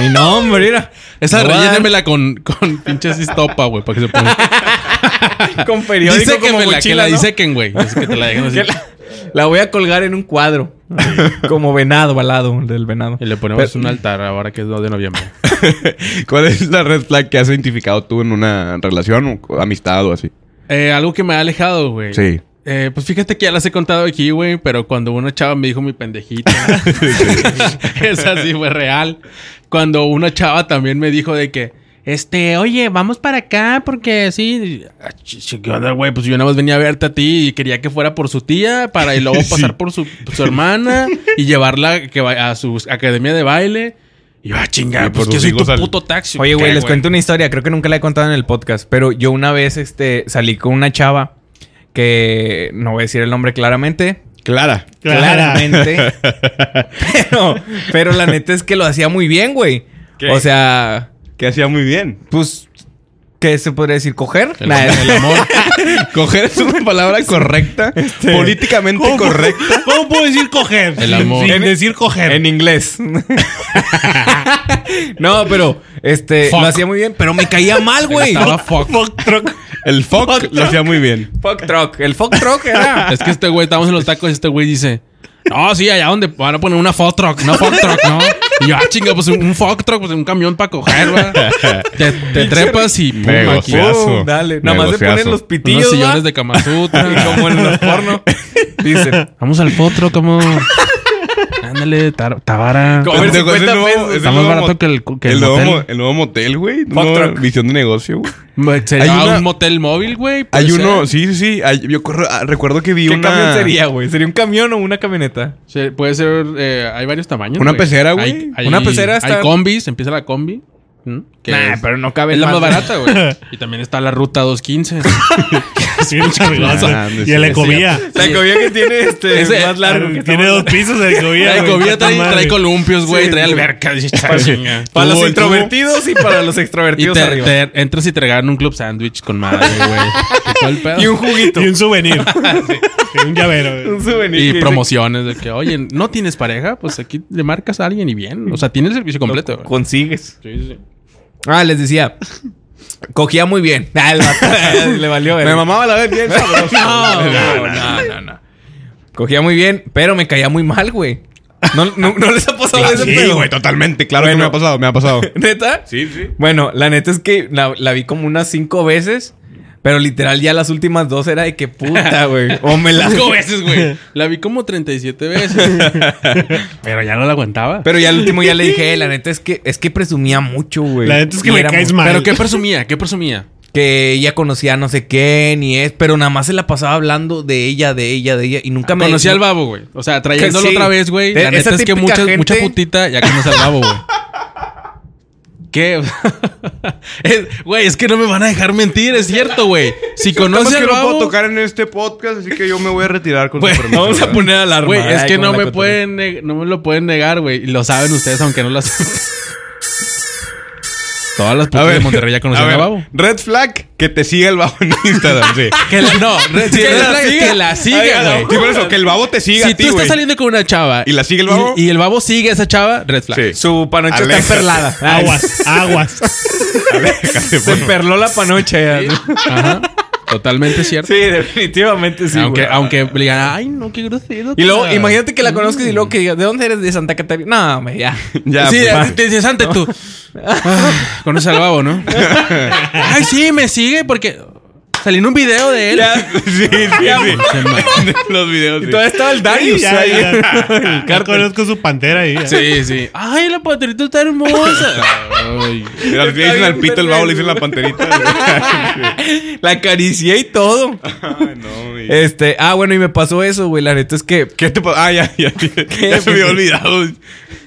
C: Mi nombre, mira.
B: Esa
C: No va a dar-
B: rellénemela con, con pinches estopa, güey, para que se ponga.
C: Con periódico
B: Dice que
C: como
B: me la, que
C: mochila,
B: la
C: ¿no?
B: disequen, güey. Dice que te la dejen así.
C: Que la, la voy a colgar en un cuadro. Como venado, al lado del venado.
B: Y le ponemos
C: Pero-
B: un altar ahora que es 2 de noviembre.
A: ¿Cuál es la red flag que has identificado tú en una relación, o amistad o así?
B: Eh, algo que me ha alejado, güey.
A: Sí.
B: Eh, pues fíjate que ya las he contado aquí, güey, pero cuando una chava me dijo mi pendejita, esa sí fue real. Cuando una chava también me dijo de que, este, oye, vamos para acá porque sí. Ah, ch- ch- ¿Qué onda, güey? Pues yo nada más venía a verte a ti y quería que fuera por su tía para y luego pasar por su, su hermana y llevarla que va- a su academia de baile. Y yo, ah,
A: Y
B: chinga,
A: por
B: pues que
A: sus
B: soy tu
A: hijos al-
B: puto taxi.
C: Oye,
B: ¿qué,
C: güey, les cuento una historia. Creo que nunca la he contado en el podcast. Pero yo una vez este, salí con una chava que no voy a decir el nombre claramente.
A: Clara.
D: Clara.
C: Claramente. pero, pero la neta es que lo hacía muy bien, güey.
A: ¿Qué?
C: O sea,
A: Que hacía muy bien.
C: pues, ¿qué se podría decir? ¿Coger?
B: El,
C: Nah,
B: el amor.
A: Coger es una palabra correcta, políticamente correcta.
D: ¿Cómo puedo decir coger?
B: Este, El amor.
D: Sin decir coger.
C: En inglés. no, pero este
D: Fuck.
C: lo hacía muy bien, pero me caía mal, güey.
B: Estaba fuck.
A: El fuck lo hacía muy bien.
C: Fuck truck. El fuck truck era.
B: Es que este güey, estamos en los tacos y este güey dice... No, sí, allá donde van a poner una fuck truck, una fuck truck, ¿no? Y yo, ah, chinga, pues un, un fuck truck, pues un camión para coger, güey. Te, te trepas y pum, aquí.
A: Negociazo.
C: Pum, dale. Nada más de
A: Negociazo.
C: poner los
B: Unos
C: pitillos.
B: sillones
C: ¿va?
B: de Kama Sutra.
C: Y como en los porno. Dice.
B: Vamos al potro, como... Ándale, tar- Tabara.
C: A ver,
A: Pendejo,
C: 50
A: nuevo-
C: pesos.
A: ese
B: Está más
A: nuevo
B: barato
A: mot-
B: que el- que el
A: nuevo
B: motel.
A: mo- el nuevo motel, güey.
C: Fuck
A: Nueva
C: truck.
A: Visión de negocio, güey.
B: Sería
A: Hay una-
B: un motel móvil, güey. puede
A: Hay
B: ser.
A: uno, sí, sí, sí. hay- yo corro- ah, recuerdo que vi
C: ¿Qué
A: una.
C: camión sería, güey? ¿Sería un camión o una camioneta?
B: Sí, puede ser... eh, hay varios tamaños,
A: Una pecera, güey.
B: Hay- hay-
C: Una pecera está-
B: Hay combis. Empieza la combi. ¿m? que es-
C: no cabe
B: Es la más barata, güey. Y también está la ruta 215.
D: Sí, el chavilazo.
A: Ah, no es
D: Y el
A: cierto.
D: ecovía.
C: La comida que tiene este
B: Ese-
C: más largo. que
D: Tiene
C: estamos-
D: dos pisos el ecovía.
B: La
D: güey.
B: ecovía
D: Puta
B: trae,
D: madre.
B: trae columpios, güey.
C: Sí.
B: trae alberca. y chinga.
C: Para
A: Tubo,
C: los
A: el tubo.
C: introvertidos y para los
B: Y
C: extrovertidos
B: te,
C: arriba.
B: te entras y te regalan un club sándwich con madre, güey. Y todo el pedo.
C: Y un juguito. Ah,
D: Y un souvenir. Y un llavero.
C: Un
D: güey.
C: souvenir.
B: Y
C: que dice-
B: promociones de que, oye, ¿no tienes pareja? Pues aquí le marcas a alguien y bien. O sea, tiene el servicio completo, güey.
C: consigues.
B: Sí, sí.
C: Ah, les decía. Cogía muy bien. Ah, el vato, le valió.
A: Me
C: verga.
A: mamaba la vez bien sabroso.
C: No, no, no, no, no. Cogía muy bien, pero me caía muy mal, güey. ¿No, no, no les ha pasado ese
A: Sí,
C: pedo?
A: güey, totalmente. Claro que
C: Bueno.
A: me ha pasado, me ha pasado.
C: ¿Neta?
A: Sí, sí.
C: Bueno, la neta es que la, la vi como unas cinco veces. Pero literal ya las últimas dos era de que puta, güey. O me la...
B: Cinco veces, güey. La vi como 37 veces. Pero ya no la aguantaba.
C: Pero ya al último ya le dije, eh, la neta es que es que presumía mucho, güey.
D: La neta es que
C: Y
D: me
C: era
D: caes
C: mu-
D: mal.
B: ¿Pero qué presumía? ¿Qué presumía?
C: Que ella conocía no sé qué, ni es, pero nada más se la pasaba hablando de ella, de ella, de ella. Y nunca me.
B: Conocí al babo, güey. O sea, trayéndolo
C: Que sí.
B: otra vez, güey.
C: Te-
B: La neta
C: esa
B: es que
C: típica
B: mucha,
C: gente-
B: mucha putita ya conoce al babo, güey. ¿Qué? Es- Güey, es que no me van a dejar mentir, es cierto, güey. Si conoce
A: que
B: al
A: no puedo
B: babo...
A: tocar en este podcast, así que yo me voy a retirar con
B: Güey,
A: su permiso.
C: Vamos a
A: ¿verdad?
C: poner alarma.
B: Güey, es
C: Ay,
B: que
C: como
B: no
C: la
B: me
C: cotorrisa.
B: pueden... neg- No me lo pueden negar, güey. Y lo saben ustedes, aunque no lo hacen. Todas las
A: A
B: putas de Monterrey ya
A: a
B: conocen
A: ver,
B: al babo.
A: Red flag, que te siga el babo en Instagram, sí.
B: Que la, no, re- sí,
C: Que
B: es
C: la
B: la-
C: siga.
B: que la
C: Ay, a la
B: siga,
A: Sí,
B: güey.
A: por eso, que el babo te siga
B: Si
A: a ti,
B: tú estás
A: güey.
B: saliendo con una chava...
A: ¿Y la sigue el babo?
B: Y, y el babo sigue a esa chava, red flag.
A: Sí.
C: Su panocha
A: Alexa.
C: está perlada. Ay,
D: Aguas, aguas.
A: Aléjate,
C: Se
A: por favor.
C: perló la panocha ya.
B: Ajá. Totalmente cierto.
C: Sí, definitivamente sí.
B: aunque, Ah.
C: güey.
B: aunque le digan, ay, no, qué grosero.
C: Y luego,
B: cara".
C: imagínate que la conozcas y luego que digas, ¿de dónde eres? De Santa Catarina. No, hombre, ya.
A: Ya,
B: sí,
A: pues, va.
B: te dices antes tú. Ah, conoces al babo, ¿no? ay, sí, me sigue porque salí en un video de él.
C: Ya.
B: pues,
A: Sí, sí, sí. Los videos.
C: Y
A: sí.
C: todavía estaba el Darius
D: Ya,
C: ahí.
D: ya, ya. Ya conozco su pantera ahí. ya.
B: Sí, sí. Ay, la patrita está hermosa. Ay.
A: Mira, le dicen al pito, el babo le dicen la panterita.
C: La acaricié y todo.
A: Ay, no, güey.
C: Este, ah, bueno, y me pasó eso, güey. La neta es que.
A: Eh, ¿Qué te pasa? Ah, ya, ya. Ya se me había olvidado.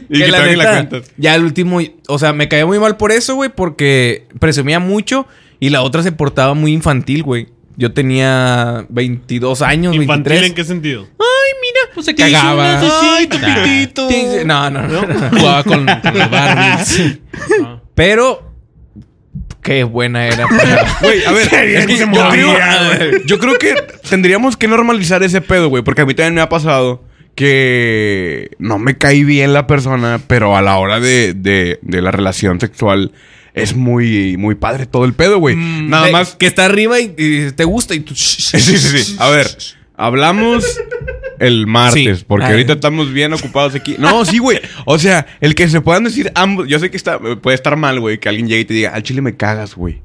A: Y que,
C: la
A: también la
C: neta,
A: cuentas.
C: ya el último, o sea, me caía muy mal por eso, güey, porque presumía mucho y la otra se portaba muy infantil, güey. Yo tenía 22 años,
D: ¿Infantil
C: 23.
D: en qué sentido?
B: Pues se cagaba.
C: Ay, tu pitito. No, no, no.
B: Jugaba con, con los Barbies.
C: Pero qué buena era.
A: Güey, a ver, es que
D: se
A: yo,
D: movía,
A: creo, yo creo que tendríamos que normalizar ese pedo, güey, porque a mí también me ha pasado que no me cae bien la persona, pero a la hora de, de- de la relación sexual es muy, muy padre todo el pedo, güey. Nada
C: Eh,
A: más.
C: Que está arriba y, y te gusta y tú.
A: Sí, sí, sí. A ver, hablamos el martes,
C: Sí.
A: porque
C: Ay.
A: ahorita estamos bien ocupados aquí. No, sí, güey. O sea, el que se puedan decir ambos. Yo sé que está, puede estar mal, güey, que alguien llegue y te diga, al chile me cagas, güey.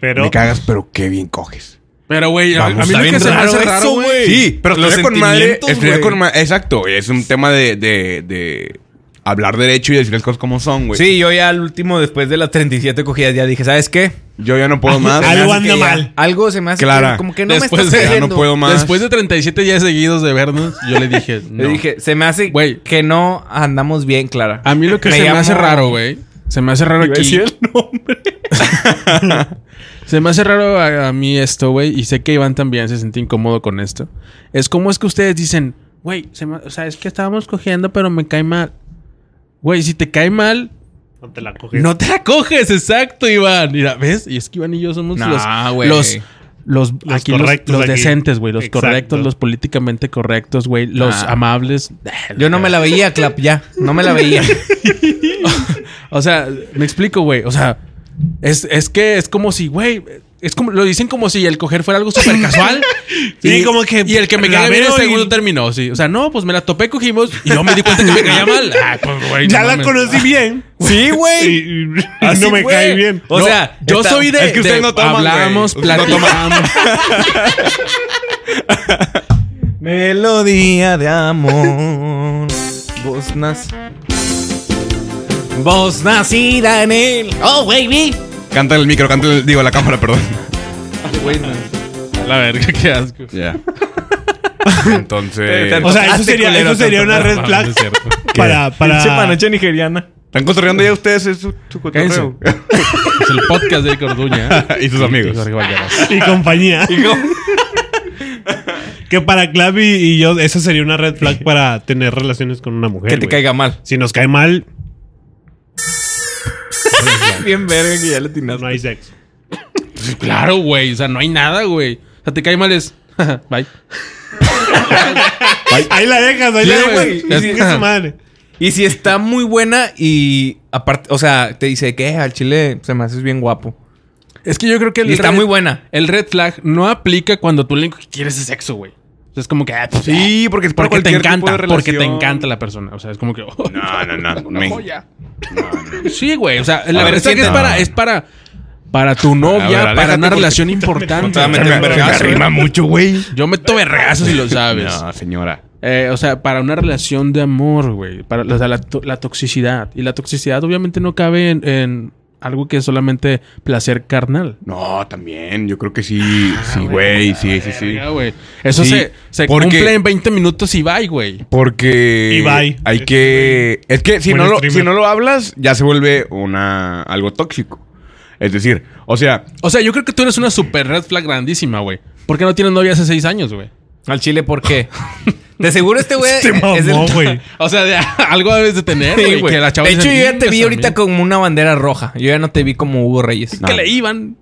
D: Pero.
A: Me cagas, pero qué bien coges.
B: Pero, güey, a, a
A: Vamos,
B: mí
A: está
B: lo que
C: bien
B: se me
C: raro
B: hace
C: eso,
B: raro,
C: güey.
B: güey.
A: Sí, pero
C: Los
A: estaría con madre.
C: sentimientos,
A: estaría
C: güey.
A: con ma- Exacto, güey. Es un tema de, de, de hablar derecho y decir las cosas como son, güey.
C: Sí, yo ya al último, después de las 37 cogidas, ya dije, ¿sabes qué?
A: Yo ya no puedo más.
D: Algo
C: Se me hace
D: anda
C: que ya-
D: mal.
C: algo se me hace
A: Clara,
C: que como que no
B: después
C: me
B: de-
C: está
B: ya no
C: saliendo.
A: puedo más.
B: Después de 37 días seguidos de vernos, yo le dije, no.
C: Le dije, se me hace
B: Güey.
C: que no andamos bien, Clara.
B: a mí lo que se me
C: llamo-
B: hace raro, güey. Se me hace raro
C: Iba a
B: aquí.
C: decir el nombre.
B: Se me hace raro a, a mí esto, güey. Y sé que Iván también se siente incómodo con esto. Es como es que ustedes dicen, güey, se me- o sea, es que estábamos cogiendo, pero me cae mal. Güey, si te cae mal,
D: No te la
C: Pues-
D: coges.
B: no te la coges, exacto, Iván. Mira, ¿ves? Y es que Iván y yo somos
C: Nah,
B: los,
C: güey.
B: los, los,
D: Los
B: aquí los-
D: correctos
B: los
D: aquí.
B: decentes, güey. Los
D: Exacto.
B: correctos, los políticamente correctos, güey. Los
C: Ah.
B: amables.
C: Yo no me la veía, Clap, ya. No me la veía.
B: O sea, me explico, güey. O sea, es, es que es como si, güey. Es como, lo dicen como si el coger fuera algo súper casual.
D: Sí, como que
B: Y el que me
D: la
B: cae bien en
D: veo y-
B: segundo término, sí. O sea, no, pues me la topé, cogimos y yo me di cuenta que me caía mal. Ah, pues, güey, no
D: Ya la
B: mames.
D: conocí bien.
C: sí, güey.
D: Y, y- y
C: Así
D: no me
C: fue.
D: cae bien.
C: O
B: No,
C: sea,
B: yo
C: está-
B: soy de.
A: es que ustedes
B: de-
A: no toman, güey.
B: Hablamos,
A: Ustedes no toman.
B: platicamos.
C: Melodía de amor. Vos nas. Vos nacida en él. Oh, baby.
A: Cántale el micro, cántale, el- digo, la cámara, perdón.
B: La verga, qué asco.
A: Ya. Entonces.
D: O sea, eso
C: Hazte
D: sería,
C: culero,
D: eso sería
C: tonto.
D: una red flag para, para,
C: nigeriana.
A: ¿Están construyendo ya ustedes su, su cotorreo?
B: Es el podcast de Corduña.
A: y sus amigos.
D: y compañía. que para Clav y, y yo, eso sería una red flag para tener relaciones con una mujer.
C: Que te
D: güey.
C: caiga mal.
D: Si nos cae mal,
C: Bien verga que ya le
D: no hay sexo.
B: Claro, güey. O sea, no hay nada, güey. O sea, te cae mal es. Bye.
D: Ahí la dejas, ahí
B: Sí,
D: la dejas.
B: güey.
D: Y sigue su madre.
C: Y si está muy buena y aparte, o sea, te dice que al chile se me haces bien guapo.
B: Es que yo creo que el
C: Y está
B: red-
C: muy buena.
B: El red flag no aplica cuando tú lo único que quieres es sexo, güey. O sea, es como que. ah, pues,
A: Sí, porque es para
B: Porque te
A: cualquier tipo
B: encanta,
A: de
B: porque te
A: relación.
B: encanta la persona. O sea, es como que. oh,
A: No, no, no. Me-
B: Sí, güey. O sea, la
A: ver,
B: verdad es que es
A: siéntate.
B: para, es para, para tu novia,
A: aléjate
B: para una
A: porque-
B: relación importante.
C: te va a
A: Se
C: meter
A: me,
C: un
A: se me
C: vergazo,
A: arrima mucho, güey.
B: Yo meto vergazos si lo sabes.
A: No, señora.
B: Eh, o sea, para una relación de amor, güey. Para o sea, la, to- la toxicidad. Y la toxicidad obviamente no cabe en, en algo que es solamente placer carnal.
A: No, también. Yo creo que sí.
B: Ah,
A: Sí, güey. Sí, sí, sí.
B: Verga, güey. Eso
A: Sí,
B: se, se
A: porque-
B: cumple en 20 minutos y bye, güey.
A: Porque
D: Y bye.
A: hay
D: Este
A: que. Es que si
D: Buen
A: no, lo,
D: streamer.
A: si no lo hablas, ya se vuelve una algo tóxico. Es decir, o sea,
B: O sea, yo creo que tú eres una super red flag grandísima, güey. ¿Por qué no tienes novia hace 6 años, güey?
C: Al chile, ¿por qué? De seguro este güey
D: Este
C: es el-
D: mamón, güey.
B: O sea, de- algo debes de tener,
C: Sí,
B: güey.
C: güey.
B: que la chava
C: de hecho,
B: dice,
C: yo ya te vi
B: "Chingas a
C: ahorita
B: mí".
C: como una bandera roja. Yo ya no te vi como Hugo Reyes.
B: Que le iban.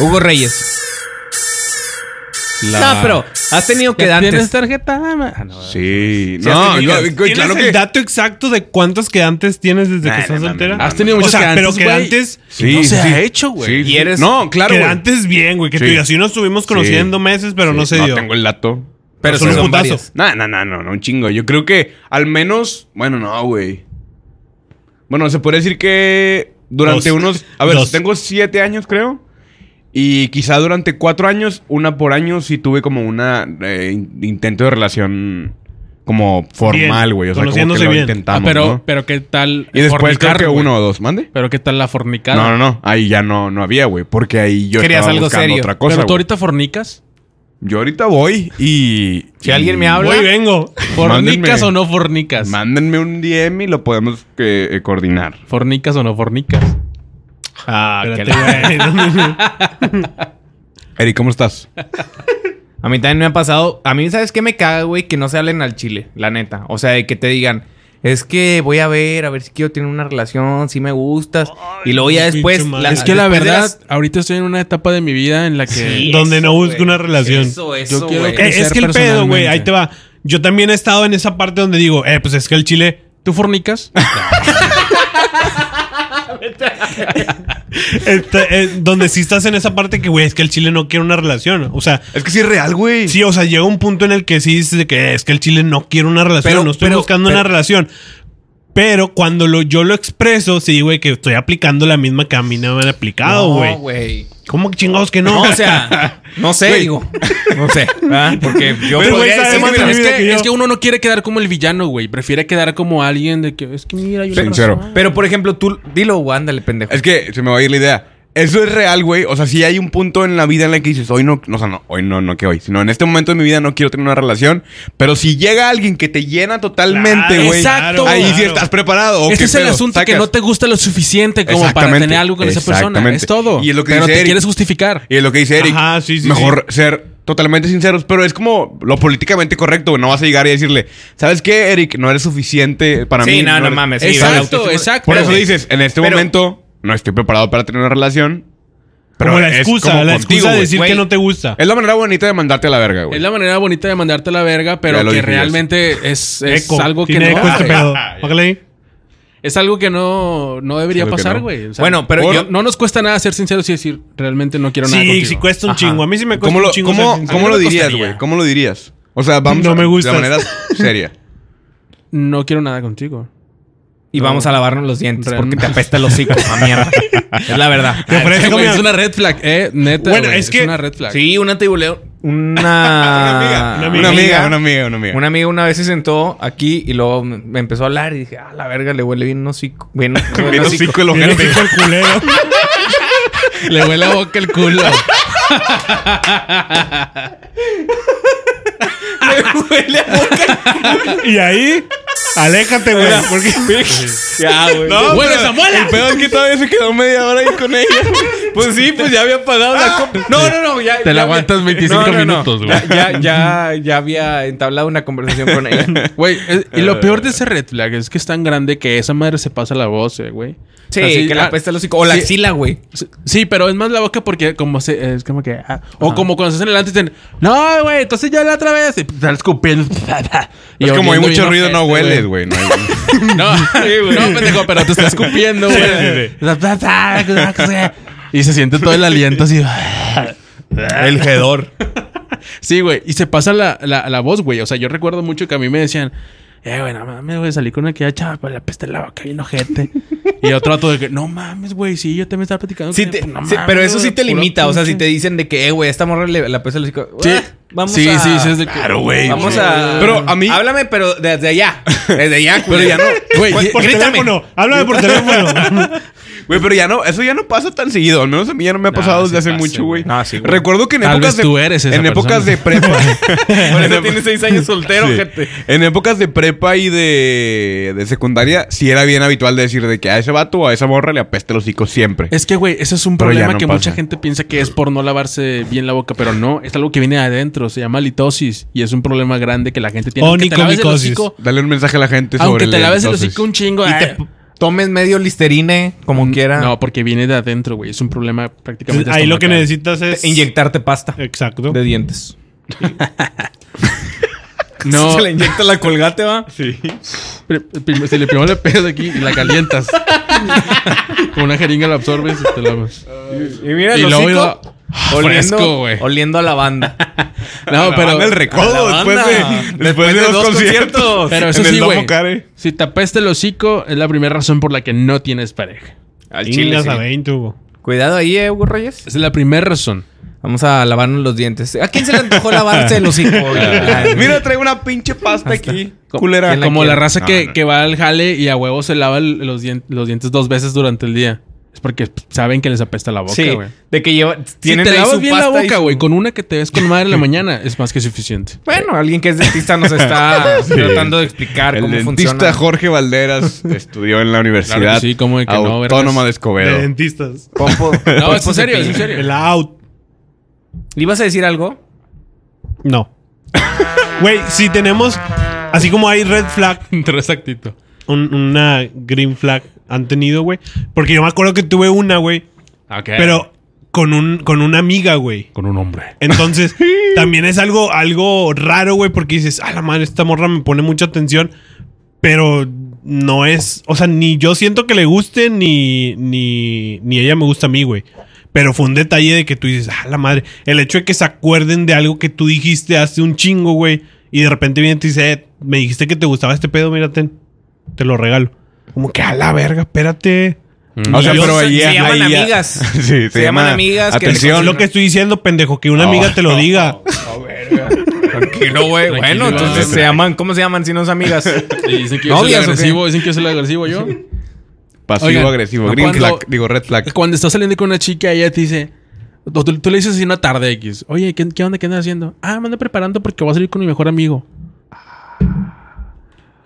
C: Hugo Reyes. No, pero has tenido
B: Que ¿Tienes
C: quedantes.
B: tarjeta? ma- Ah, no,
A: sí.
C: Sí,
A: No,
C: es que
A: yo-
C: tienes-
A: güey,
D: ¿Tienes
A: claro
D: el
A: que.
D: dato exacto de cuántos quedantes tienes desde
A: Nah,
D: que estás
A: nah, nah,
D: soltera?
A: nah,
B: Has tenido
D: O
B: muchos
D: sea,
B: quedantes,
D: pero
B: güey.
D: quedantes...
B: no se ha hecho, güey.
A: sí,
C: Y eres-
A: No, claro. güey.
D: quedantes bien, güey. Que
A: Sí.
D: tú digas, sí nos estuvimos conociendo
A: Sí.
D: meses, pero
A: Sí,
D: no se dio.
A: No tengo el dato.
C: Pero
D: Solo
C: sí
D: un
C: son
D: putazo.
C: varias.
A: No, no, no, no, no, un chingo. Yo creo que al menos. Bueno, no, güey. Bueno, se podría decir que durante
D: Dos.
A: unos. A ver,
D: Dos.
A: tengo siete años, creo. Y quizá durante cuatro años, una por año, sí tuve como una eh, in- intento de relación como formal,
D: Bien,
A: güey. O sea, como que
D: conociéndose
A: lo
D: bien.
B: Ah,
A: intentamos,
B: pero,
A: ¿no?
B: pero qué tal.
A: Y después creo
B: fornicar,
A: que
B: güey?
A: uno o dos, ¿mande?
B: Pero qué tal la fornicada.
A: No, no, no. Ahí ya no, no había, güey. Porque ahí yo
C: Querías
A: estaba
C: algo
A: buscando
C: serio.
A: otra cosa,
B: pero tú
A: güey.
B: ahorita fornicas.
A: Yo ahorita voy y...
C: Si alguien me
A: y-
C: habla-
D: Voy y vengo.
A: Mándenme-
B: ¿Fornicas o no fornicas?
A: Mándenme un DM y lo podemos que, eh, coordinar.
B: ¿Fornicas o no fornicas?
C: Ah, que la-
D: Espérate, güey.
A: Eric, ¿cómo estás?
C: A mí también me ha pasado. A mí, ¿sabes qué me caga, güey? Que no se hablen al chile, la neta. O sea, de que te digan, es que voy a ver, a ver si quiero tener una relación, si me gustas. y luego ya
D: pinche
C: después.
D: madre.
B: Es que la
C: después de
B: verdad,
C: las-
B: ahorita estoy en una etapa de mi vida en la que.
D: eh, Donde no busco
C: güey.
D: una relación.
C: Eso, eso,
B: quiero
C: güey.
B: que-
D: Eh, es
B: ser
D: que el pedo, güey,
B: personalmente.
D: ahí te va. yo también he estado en esa parte donde digo, eh, pues es que el chile.
B: ¿Tú fornicas?
D: Está- eh, donde sí estás en esa parte que, güey, es que el chile no quiere una relación. O sea,
A: Es que sí es real, güey.
D: sí, o sea, llega un punto en el que sí dices de que eh, es que el chile no quiere una relación,
C: Pero-
D: no estoy
C: pero-
D: buscando una
C: pero-
D: relación. Pero cuando lo, yo lo expreso, sí, güey, que estoy aplicando la misma que a mí no me han aplicado, güey.
C: No, güey.
D: ¿Cómo que chingados que no?
C: No, o sea, no sé,
A: Güey.
C: digo. No sé. ¿verdad? Porque yo
D: Pero, güey,
C: podría
D: sabe
C: decir
D: más
C: que-
D: de mi
B: es,
D: vida
B: que,
D: que yo.
B: es que uno no quiere quedar como el villano, güey. Prefiere quedar como alguien de que es que mira, yo
A: Sincero.
C: Pero, por ejemplo, tú... Dilo, güey, ándale, pendejo.
A: Es que se me va a ir la idea. Eso es real, güey. O sea, sí hay un punto en la vida en el que dices, hoy no, o sea, no, hoy no, no que hoy, sino en este momento de mi vida no quiero tener una relación. Pero si llega alguien que te llena totalmente,
D: Claro,
A: güey,
B: exacto.
A: ahí sí
D: claro.
A: estás preparado. ¿o
B: Este
A: qué
B: es el
A: pedo?
B: asunto que
A: Sacas.
B: no te gusta lo suficiente como para
A: Exactamente,
B: tener algo con esa persona.
A: exactamente.
B: Es todo.
A: Y es lo que
B: pero
A: dice
B: te
A: Eric.
B: quieres justificar.
A: Y es lo que dice Eric.
D: Ajá, sí, sí,
A: Mejor ser totalmente sinceros, pero es como lo políticamente correcto, güey. No vas a llegar y decirle, ¿sabes qué, Eric? No eres suficiente para mí.
C: Sí, no, no
A: eres-".
C: mames. sí,
B: Exacto,
C: el autoestima-
B: exacto.
A: Por eso
C: Pero-
A: dices, en este
C: pero-
A: momento no estoy preparado para tener una relación. Pero
D: como la
A: es
D: excusa,
A: como
D: la
A: contigo,
D: excusa de
A: güey.
D: decir
C: Güey.
D: que no te gusta.
A: Es la manera bonita de mandarte a la verga, güey.
B: Es la manera bonita de mandarte a la verga,
A: Ya
B: pero
A: lo
B: que
A: dije yo,
B: realmente es, es
D: Eco.
B: algo que
D: Tiene
B: no.
D: eco este
B: güey.
D: pedo.
A: Ah,
D: Págale ahí.
B: Es algo que no, no debería
A: Es algo que
B: pasar,
A: no.
B: güey. O sea,
C: Bueno, pero
B: por-
C: yo-
B: no nos cuesta nada ser sinceros y decir, realmente no quiero nada
D: Sí,
B: contigo.
D: sí cuesta un
C: Ajá.
D: chingo. A mí sí me cuesta
A: ¿Cómo lo,
D: un chingo.
A: cómo-
D: ser sincero.
A: cómo lo
D: A mí no me
A: dirías,
D: costaría.
A: güey? ¿Cómo lo dirías? O sea, vamos
D: No
A: a-
D: me gustas.
A: de manera seria.
B: No quiero nada contigo.
C: Y vamos a lavarnos los dientes porque
B: Realmente.
C: te apesta el hocico, a mierda. Es la verdad.
D: Te ofrezco
B: Ese güey
D: mi-
B: es una red flag, eh, neta.
D: Bueno,
B: güey,
D: es que-
B: una red flag.
C: Sí, una tribuleo. Una...
A: Una amiga, una amiga, una amiga, una amiga.
C: Una amiga una vez se sentó aquí y luego me me empezó a hablar y dije, ah, la verga, le huele bien un hocico. Bien, bien
A: Bien
C: hocico".
A: hocico el
D: Mira,
A: ojete.
D: hijo el culero.
B: Le huele la boca el culo.
D: Y ahí, aléjate, güey. Porque
C: Ya, güey.
B: ¡Huele esa
A: El
B: muela!
A: pedo es que todavía se quedó media hora ahí con ella.
C: Pues sí, pues ya había pagado
A: Ah.
C: la compra. No, no, no, ya.
B: Te la
C: ya
B: aguantas
C: había-
B: 25 minutos, güey.
C: Ya, ya, ya, ya había entablado una conversación con ella.
B: Güey, eh, y lo peor de ese red flag es que es tan grande que esa madre se pasa la voz, eh, güey.
C: Sí,
B: Así,
C: que la
B: ah,
C: apesta el hocico. O la
B: sí.
C: axila, güey.
B: Sí, pero es más la boca porque como se... Es como que... ah, o como cuando se hacen el antes dicen... No, güey, entonces yo la otra vez... Y te están escupiendo. Y
A: Es como hay
B: oliendo
A: mucho
B: bien
A: ruido, no
B: ojete,
A: hueles, güey. No hay-
B: No, no, pendejo, pero te está escupiendo, güey. Y se siente todo el aliento así.
C: El hedor.
B: Sí, güey. Y se pasa la, la, la voz, güey. O sea, yo recuerdo mucho que a mí me decían, eh, güey, no mames, güey, salí con una que chava, pues la peste en la boca bien ojete. y yo trato de que, no mames, güey, sí, yo también estaba platicando.
C: Sí
B: con
C: te-
B: ella, pues, no
C: sí,
B: mames,
C: pero eso
B: güey,
C: sí te
B: puro
C: limita. O sea,
B: pinche".
C: si te dicen de que, eh, güey, esta morra le, la apesta el hocico.
B: Sí,
C: ah, vamos
B: sí,
C: a...
B: sí, sí, es de que.
A: Claro, güey.
C: Vamos
A: Sí.
C: a...
A: Pero a mí...
C: Háblame, pero desde allá. Desde allá,
A: Pero ya no... Güey,
C: Pues,
A: ya-
D: por
C: Grítame.
D: teléfono. Háblame por teléfono.
A: Güey, pero ya no, eso ya no pasa tan seguido. Al menos a mí ya no me ha pasado
C: sí
A: desde hace
C: pasa,
A: mucho, güey.
C: güey. No, sí, güey.
A: Recuerdo que en
B: Tal
A: épocas
B: vez
A: de.
B: tú eres esa
A: En épocas
B: persona.
A: de prepa.
C: Por
A: En
C: eso
A: ép-
C: tienes seis años soltero,
A: Sí.
C: gente.
A: En épocas de prepa y de, de secundaria, sí era bien habitual decir de que a ese vato o a esa morra le apesta el hocico siempre.
B: Es que, güey, ese es un
A: Pero ya
B: problema
A: no
B: que
A: pasa.
B: mucha gente piensa que es por no lavarse bien la boca, pero no, es algo que viene de adentro, se llama litosis y es un problema grande que la gente
A: Oh,
B: tiene. Aunque te laves el
D: Onicomicosis.
B: hocico,
A: Dale un mensaje a la gente sobre
B: aunque te
A: el
B: laves el
A: entonces.
B: hocico un chingo,
C: Y
B: ah,
C: te tomes medio listerine, como quiera.
B: Mm, No, porque viene de adentro, güey, es un problema prácticamente.
D: Ahí lo que
B: estomacal.
D: necesitas es.
C: Inyectarte pasta
D: Exacto.
C: de dientes.
B: No,
C: Se le inyecta la colgate, va.
B: pri- prim- si le primero le pegas aquí y la calientas. Con una jeringa la absorbes y te lavas.
C: Y mira,
B: Y
C: el
B: luego
C: hocico
B: iba- fresco, güey.
C: Ah, oliendo a la banda.
B: No,
A: La
B: pero
A: banda del recodo,
C: A la
A: después,
C: banda.
A: de, después de dos conciertos.
B: Pero eso
A: en el
B: sí,
A: Domo
B: güey.
A: Care.
B: Si te apesta el hocico, es la primera razón por la que no tienes pareja.
C: Al chile,
D: Chingas
C: sí.
D: a 20, Hugo.
C: Cuidado ahí, eh, Hugo Reyes.
B: Esa es la primera razón.
C: Vamos a lavarnos los dientes. ¿A quién se le antojó lavarse el hocico? Ay,
A: Mira, traigo una pinche pasta aquí.
C: Co-
A: Culera.
C: ¿Quién la
B: Como
C: quiere?
B: la raza
A: No,
B: que,
A: no.
B: que va al jale y a huevo se lava el- los, dien- los dientes dos veces durante el día. Es porque saben que les apesta la boca,
C: sí,
B: güey.
C: de que lleva.
B: Si
C: tienen
B: te
C: ahí
B: lavas
C: su
B: bien la
C: pasta y
B: boca,
C: su-
B: güey, con una que te ves con madre en la mañana, es más que suficiente.
C: Bueno, alguien que es dentista nos está tratando de explicar
A: El
C: cómo
A: dentista
C: funciona.
A: Jorge Valderas estudió en la Universidad
B: Claro que sí, ¿cómo de que no,
A: Autónoma
B: vergas?
A: de
D: De
A: Escobedo.
D: dentistas.
C: Pompo-
B: No,
C: Pompo
B: es en serio, es
C: Cepillín.
B: en serio.
D: El out.
C: ¿Le ibas a decir algo?
D: No. Güey, si tenemos. Así como hay red flag,
B: Exactito.
D: un- una green flag han tenido, güey. Porque yo me acuerdo que tuve una, güey.
B: Ah, Ok.
D: Pero con, un, con una amiga, güey.
E: Con un hombre.
D: Entonces, también es algo, algo raro, güey, porque dices, ah, la madre, esta morra me pone mucha atención, pero no es, o sea, ni yo siento que le guste, ni, ni, ni ella me gusta a mí, güey. Pero fue un detalle de que tú dices, ah, la madre, el hecho de que se acuerden de algo que tú dijiste hace un chingo, güey, y de repente viene y te dice, eh, me dijiste que te gustaba este pedo, mira, ten, te lo regalo. Como que a la verga, espérate.
A: O sea,
D: Yo
A: pero
C: se-
A: ahí
C: se
A: ahí
C: llaman
A: ya-
C: amigas.
A: Sí,
C: Se
A: se,
C: llaman
A: llama
C: amigas que-
D: Es
A: Atención.
D: lo que estoy diciendo, pendejo, que una
A: No,
D: amiga te lo diga.
C: Tranquilo, güey. Bueno,
B: Tranquilo,
C: entonces
B: güey.
C: se llaman, ¿cómo se llaman si no son amigas?
B: Y dicen que yo soy
C: ¿Novias
B: el
C: o qué?
B: agresivo. Dicen que yo soy el agresivo yo. Oigan,
A: Pasivo agresivo.
B: no,
A: Green
B: cuando-
A: flag. Digo, red flag.
B: Cuando estás saliendo con una chica, ella te dice. o Tú, tú le dices así una tarde X. Oye, ¿qué, qué onda? ¿Qué andas haciendo? Ah, me ando preparando porque voy a salir con mi mejor amigo.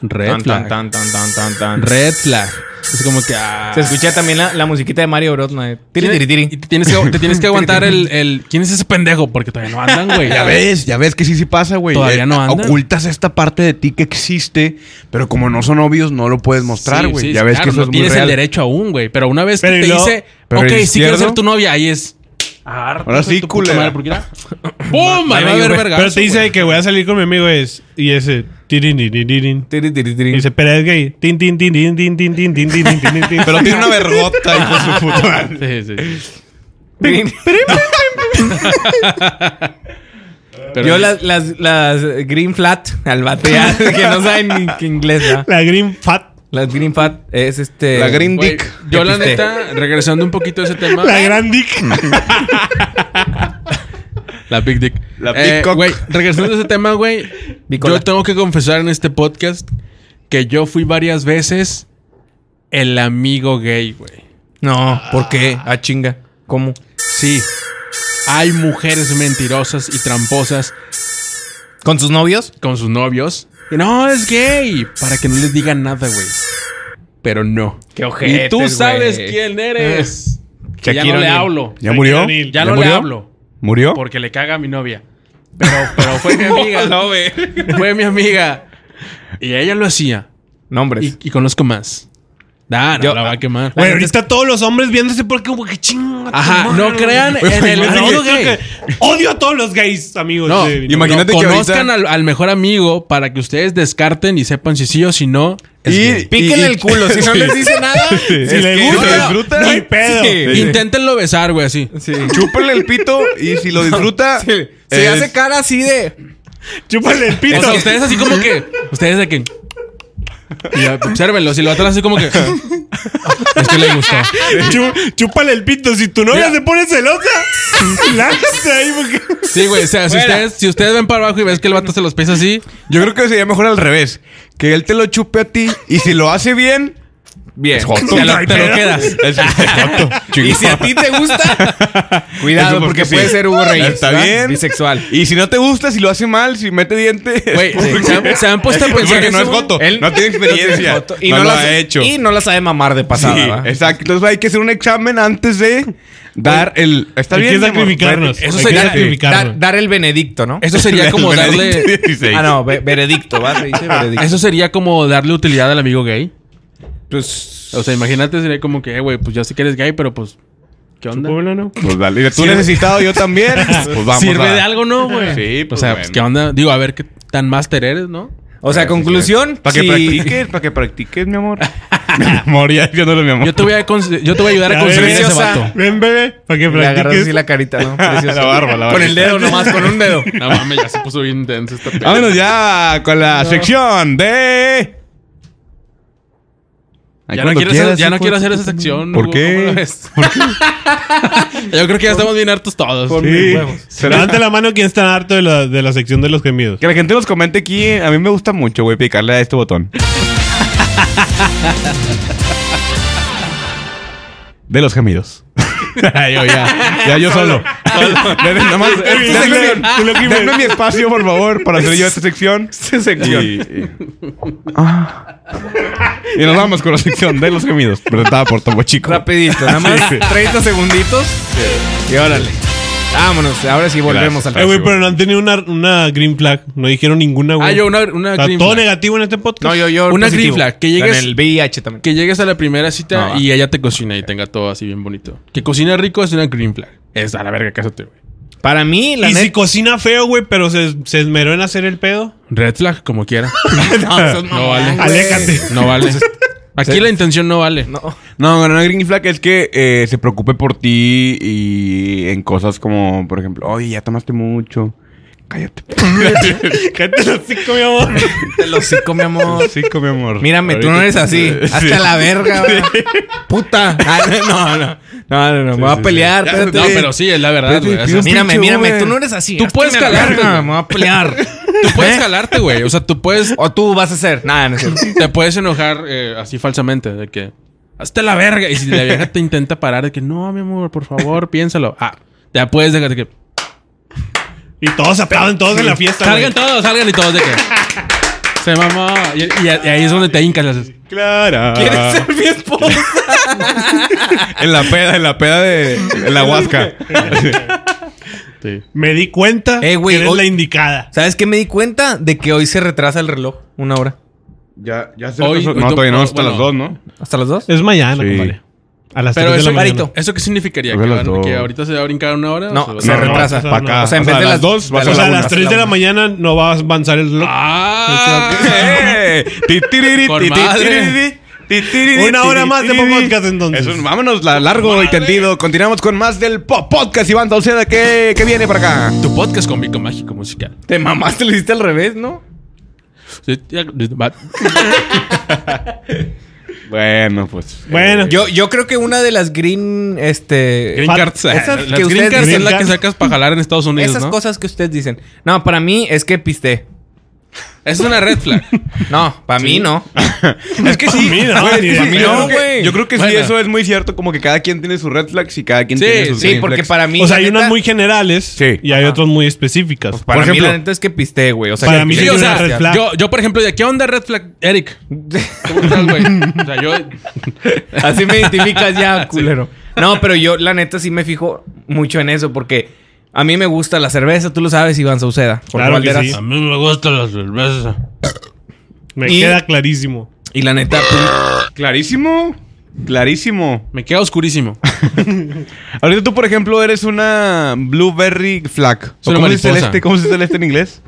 B: Red
C: Tan,
B: flag.
C: tan, tan, tan, tan, tan, tan.
B: Red flag. Es como que. ah.
C: Se escucha también la, la musiquita de Mario Bros. ¿no? de Tiri, tiri,
B: Y
C: tiri.
B: te tienes que, te tienes que aguantar el, el- ¿Quién es ese pendejo? Porque todavía no andan, güey.
A: Ya ves, ya ves que sí, sí pasa, güey.
B: Todavía
A: Eh,
B: no andan.
A: Ocultas esta parte de ti que existe, pero como no son obvios, no lo puedes mostrar,
B: Sí,
A: güey.
B: sí,
A: ya
B: sí,
A: ves
B: claro,
A: que eso
B: no
A: es muy
B: tienes
A: real.
B: el derecho aún, güey. Pero una vez
D: Pero
B: que
D: y
B: te
D: luego-
B: dice,
A: pero
B: ok,
A: el
B: si quiero ser
A: izquierdo-
B: tu novia, ahí es.
A: Ahora sí, culera.
B: ¡Pum! Ahí va a haber vergazo,
D: Pero te dice que voy a salir con mi amigo es, y ese... tirin, tirin, tirin.
C: Tiri, tiri,
D: Y
C: tiri.
D: dice, pero es gay. Tin, tin, tin, tin, tin, tin, tin, tin, tin, tin, tin, tin.
A: Pero tiene una vergota, hijo de su puta madre.
B: güey. Sí, sí, sí.
C: Tiri.
B: Pero-
C: Yo las, las, las Green Flat, al vato ya, que no saben ni qué inglés, ¿verdad?
D: La green fat.
C: Las Green Fat es este...
A: La Green
B: Güey,
A: Dick.
B: Yo, la
C: Repite.
B: neta, regresando un poquito a ese tema.
D: La gran dick.
B: La Big Dick.
A: La
B: Eh,
A: Big Cock.
B: Güey, regresando a ese tema, güey.
C: Bicola.
B: Yo tengo que confesar en este podcast que yo fui varias veces el amigo gay, güey.
C: No, ¿por qué? Ah, chinga. ¿Cómo?
B: Sí. Hay mujeres mentirosas y tramposas
C: ¿Con sus novios?
B: con sus novios. Y no, es gay. Para que no les digan nada, güey. Pero no.
C: Qué ojete,
B: Y tú sabes quién eres. Que ya no
C: Shaquille
B: le
C: O'Neal.
B: hablo.
A: ¿Ya murió?
D: O'Neal.
B: Ya no le
A: murió?
B: hablo.
A: ¿Murió?
B: Porque le caga a mi novia. Pero, pero fue mi amiga. Fue mi amiga. Pues. Y ella lo hacía.
C: Nombres.
B: Y, y conozco más. Nah, no
C: Yo-
B: la va a quemar.
D: Güey, ahorita todos los hombres viéndose porque, güey, qué chingo.
B: Ajá, ah, no crean Ah, en el amigo gay.
D: Odio a todos los gays, amigos.
B: No,
D: de-
A: imagínate que
B: conozcan
A: ahorita-
B: al, al mejor amigo para que ustedes descarten y sepan si sí o si no. es
A: Y,
B: gay.
C: Píquenle
A: y-
C: el culo. Si no les dice nada...
D: Si le
A: que-
D: gusta,
A: no,
D: disfruta.
A: no,
D: ni pedo.
C: sí.
B: Inténtenlo besar, güey, así.
A: Chúpenle el pito y si lo disfruta.
C: Se
A: es-
C: hace cara así de...
D: Chúpale el
B: O
D: pito.
B: sea, ustedes así como que. Ustedes de que. Y observenlo. Si lo atrás así como que. Es que le gustó.
D: Chú- Chúpale el pito. Si tu novia se pone celosa, lánzate ahí porque...
B: Sí, güey. O sea, si ustedes, si ustedes ven para abajo y ves que el vato se los pesa así,
A: Yo creo que sería mejor al revés. Que él te lo chupe a ti y si lo hace bien.
C: Bien.
A: Te
B: lo- te lo quedas.
A: Es,
C: Y si a ti te gusta, cuidado,
A: Eso porque
C: porque
A: sí.
C: puede ser Hugo Reyes.
A: Está
C: ¿verdad?
A: bien.
C: Bisexual.
A: Y si no te gusta, si lo hace mal, si mete diente.
B: güey, se, se han, se han puesto a
A: Es
B: pensar.
A: porque no
B: eso,
A: es
B: güey.
A: joto. no tiene experiencia.
C: foto.
A: no, lo
C: la
A: ha
C: sabe-
A: hecho.
C: Y no la sabe mamar de pasada.
A: Sí,
C: ¿verdad?
A: exacto. Entonces hay que hacer un examen antes de dar el. Está
D: Hay
A: bien.
D: que
A: mi amor.
D: sacrificarnos.
B: Eso
D: Hay
B: sería-
D: que
C: Dar,
D: sacrificarnos.
C: dar el benedicto, ¿no?
B: Eso sería como
A: El
B: darle.
A: Benedicto 16.
C: Ah, no, ve- veredicto, ¿va? Se dice veredicto.
B: Eso sería como darle utilidad al amigo gay.
C: Pues,
B: O sea, imagínate, sería como que, eh, güey, pues ya sé que eres gay, pero pues. ¿Qué onda?
D: Chúpala, ¿no?
A: Pues dale. Tú
D: Sirve-
A: necesitado, yo también. Pues vamos.
B: ¿Sirve
A: a-
B: de algo, no, güey?
A: Sí,
B: O
A: pues,
B: sea,
A: bueno.
B: pues, ¿qué onda? Digo, a ver qué tan máster eres, ¿no?
C: o sea, conclusión.
A: Para que
C: sí.
A: practiques, para que practiques, mi amor. mi amor, ya diciéndolo, mi amor.
B: Yo te voy a, cons- yo te voy a ayudar a
D: Ya
B: conseguir
D: ves,
B: ese
C: preciosa.
B: vato.
D: Ven, bebé, para
C: Le
D: que
C: agarras
D: practiques.
C: así la carita, ¿no? Preciosa.
A: La barba, la barba.
C: Con el dedo nomás, con un dedo.
B: No mames, ya se puso bien intenso esta peli.
A: Vámonos Ah, ya con la sección de.
B: Ya no, quiero hacer, ya no quiero hacer esa sección.
A: pues. ¿Por
B: Hugo,
A: qué?
B: ¿cómo lo ves? Yo creo que ya estamos bien hartos todos.
C: Por mis huevos.
D: Levante la mano quien está harto de la, de la sección de los gemidos.
A: Que la gente nos comente aquí. A mí me gusta mucho, güey, picarle a este botón. De los gemidos. yo ya, ya yo solo. Denme- nada más, este
D: Tú lo
A: denme-
D: que- tú lo que-
A: denme mi espacio, por favor, para hacer yo esta sección. sección. Y, y- Y nos vamos con la sección de los gemidos, presentada por Tomo Chico.
C: Rapidito, nada más 30 segunditos. Y órale. Vámonos, ahora sí volvemos
A: Gracias.
C: al
D: Eh, güey,
A: sí,
D: pero no han tenido una, una green flag. No dijeron ninguna, güey.
B: Ah, yo, una, una
D: Está
B: green
D: todo
B: flag.
D: negativo en este podcast.
C: No, yo, yo.
B: Una green flag, que llegues-
C: En el VIH también.
B: Que llegues a la primera cita
C: No, va.
B: y ella te cocina y tenga todo así bien bonito. Que cocina rico es una green flag. es a la verga, cásate, güey.
C: Para mí, la
D: y si
C: neta.
D: cocina feo, güey, pero se, se esmeró en hacer el pedo.
B: Red flag, como quiera.
C: no, eso es
B: No
C: mamón,
B: vale.
C: güey.
D: Aléjate.
B: No vale. Aquí la intención no vale.
C: No.
A: No, ganar Green Flag es que eh, se preocupe por ti y en cosas como, por ejemplo, oye, ya tomaste mucho. Cállate.
D: Cállate los cinco, mi amor.
C: Te lo cico, mi amor.
A: Sí, mi amor.
C: Mírame, tú no eres así. Hasta la verga, güey. Puta. Ah, no, no. No, no, no. me voy a pelear.
B: Ya,
C: espérate.
B: No, pero sí, es la verdad,
A: Espérate,
B: güey.
A: pido-
B: O sea,
C: Mírame,
A: pinche
C: mírame.
A: Uber.
C: Tú no eres así.
B: Tú
C: Hazte
B: puedes
C: la
B: calar,
C: verga,
B: güey.
C: Me voy a pelear.
B: tú puedes jalarte, güey. O sea, tú puedes.
C: O tú vas a hacer. Nada, no es cierto.
B: Te puedes enojar eh, así falsamente, de que. Hasta la verga. Y si la vieja te intenta parar, de que no, mi amor, por favor, piénsalo. Ah, ya puedes dejar de que.
D: Y todos aplauden, todos en la fiesta.
B: Salgan
D: Salgan
B: todos, salgan y todos de que. Se mamó. Y, y- y ahí es donde te hincas. le haces,
A: Clara.
C: ¿Quieres ser mi esposa?
A: En la peda, en la peda de. En la huasca.
D: Me di cuenta
C: Eh, güey,
D: que eres
C: hoy-
D: la indicada.
C: ¿Sabes qué me di cuenta? De que hoy se retrasa el reloj una hora.
A: Ya, ya se
B: Hoy-
A: pasó-
B: hoy
A: No,
B: to-
A: todavía no,
B: oh,
A: hasta
B: bueno.
A: las dos, ¿no?
C: ¿Hasta las dos?
D: Es mañana,
A: Sí.
D: compadre. A las
B: Pero
D: 3 de
B: eso,
D: la mañana.
C: Marito.
B: ¿eso qué significaría?
A: Yo
B: ¿Que,
A: veo las
B: van-
A: dos.
B: que ahorita se va a brincar una hora?
C: No,
B: O
C: se
B: sea,
A: no,
C: retrasa.
A: para acá.
D: O
C: sea,
A: O sea,
C: en vez
A: a
C: de
A: las
C: las-
A: dos, vas
C: de
A: a
D: O sea, a
A: la
D: las
A: una.
D: 3 de la mañana no va a avanzar el reloj.
B: ¡Ah!
A: ¡Eh! Ti, tiriri,
B: Con
A: ti, ti,
B: madre.
A: tiriri, ti, tiriri,
D: Una hora
A: tiriri,
D: más de
A: tiriri.
D: podcast, entonces.
A: Eso, vámonos la- largo y
B: Madre.
A: tendido. Continuamos con más del po- podcast, Iván Sauceda. ¿Qué, qué viene para acá?
B: Tu podcast con Vico Mágico Musical.
C: Te mamaste, lo hiciste al revés, ¿no?
B: Sí, ya- va-
A: Bueno, pues.
D: Bueno.
C: Yo, yo creo que una de las green, este...
B: Green
D: Fat-
B: cards. eh,
C: esas
B: las
C: que
B: green
C: ustedes
B: cards es
D: dicen-
B: la que sacas para jalar en Estados Unidos,
C: Esas
B: ¿no?
C: cosas que ustedes dicen. No, para mí es que pisté.
B: Es una red flag.
C: No, para mí no.
A: Es que sí.
D: mí no,
A: güey,
D: ni de
A: pa' mí
C: pedo.
A: no, güey.
C: güey.
A: Yo creo que sí,
B: Bueno.
A: eso es muy cierto. Como que cada quien tiene sus red flags y cada quien
B: Sí,
A: tiene sus
C: Sí,
A: green
C: porque
A: flags.
C: para mí...
D: O sea, hay
C: la
D: unas
C: neta- Pues
D: muy generales
A: Sí.
D: y hay otras muy específicas.
C: Para
A: Por
C: mí la
A: ejemplo.
C: neta es que pisté, güey. O sea,
D: Para
C: que
D: mí
C: pisé
B: Sí, o
D: una
B: sea,
C: demasiado.
D: red flag.
B: yo, yo, por ejemplo, ¿de qué onda red flag, Eric? ¿Cómo estás, güey? O sea, yo...
C: Así me identificas ya, culero. No, pero yo la neta sí me fijo mucho en eso porque a mí me gusta la cerveza, tú lo sabes, Iván Sauceda. Jorge
D: Claro que
C: Valderas.
D: sí.
B: mí me gustan las cervezas.
D: Me
C: Y-
D: queda clarísimo.
C: Y la neta, pues, tú-
A: Clarísimo. Clarísimo.
B: Me queda oscurísimo.
A: Ahorita tú, por ejemplo, eres una blueberry flag.
B: Es una
A: ¿Cómo se, dice el
B: mariposa.
A: este? ¿Cómo se dice el este en inglés?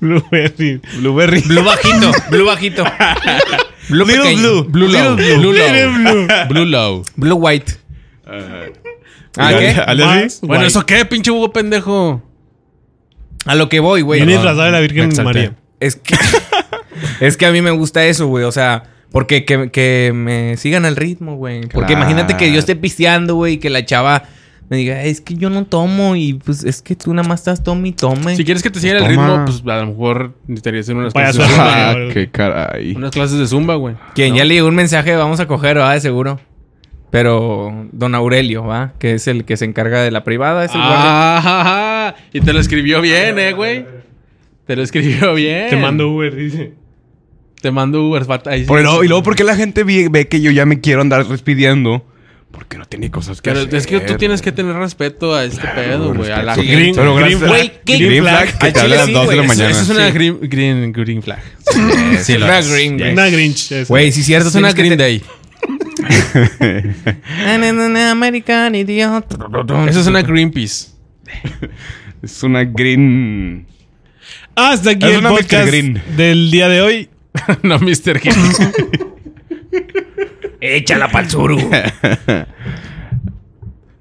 D: Blueberry.
A: Blueberry.
C: Blue bajito, blue bajito. Blue
A: Little
C: pequeño.
A: blue.
B: Blue low.
A: Little
B: Blue low. Blue low.
C: Blue white. ¿A
A: ¿A
C: Ah, qué?
D: Más
A: qué?
B: Bueno,
D: guay.
B: ¿eso qué, pinche Hugo pendejo?
C: A lo que voy, güey.
D: Viene
C: Ah.
D: disfrazado de la
B: me
D: Virgen
B: exalté.
D: María.
C: Es que, es que a mí me gusta eso, güey. O sea, porque que, que me sigan al ritmo, güey. Porque
A: Claro.
C: imagínate que yo esté pisteando, güey, y que la chava me diga, es que yo no tomo y pues es que tú nada más estás tome y tome.
B: Si quieres que te sigan el
A: Toma.
B: ritmo, pues a lo mejor necesitaría hacer unas
D: Payaso.
B: clases de zumba.
A: Ah, qué caray.
B: Unas clases de zumba, güey.
C: Quien ya le llegó un mensaje, vamos a coger, va, de seguro. Pero don Aurelio, va, que es el que se encarga de la privada, es el guardia.
B: Ah, ja, ja. Y te lo escribió bien, eh, güey. Te lo escribió bien.
D: Te mando Uber, dice.
B: Te mando Uber. fat- ahí sí.
A: Por el- y luego, ¿por qué la gente vi- ve que yo ya me quiero andar despidiendo? Porque no tiene cosas que
B: Pero
A: hacer.
B: es que tú tienes que tener respeto a este pedo, güey. A la
A: respeto.
B: gente.
D: Green,
A: Pero
D: green
A: gracias-
D: flag.
C: Güey, ¿qué?
A: Green flag que
C: Al
A: te habla
C: chile
A: a las
C: sí,
A: 2 de la
C: güey. Eso-
A: mañana.
B: Eso es una
C: Sí.
B: green, green, green flag.
C: Sí,
B: lo
C: una
B: es.
C: green, güey.
D: Una Grinch. esa.
C: Güey, sí, cierto,
B: Eso es una
C: tienes que
B: green
C: te-
B: day.
C: Na, na, na, na, American idiot.
B: Eso es una Greenpeace.
A: Es una green.
D: Hasta aquí
A: Es
D: el
A: una Mr.
D: podcast
A: Green.
D: del día de hoy.
B: no, Mr. Green.
C: Échala pa'l suru.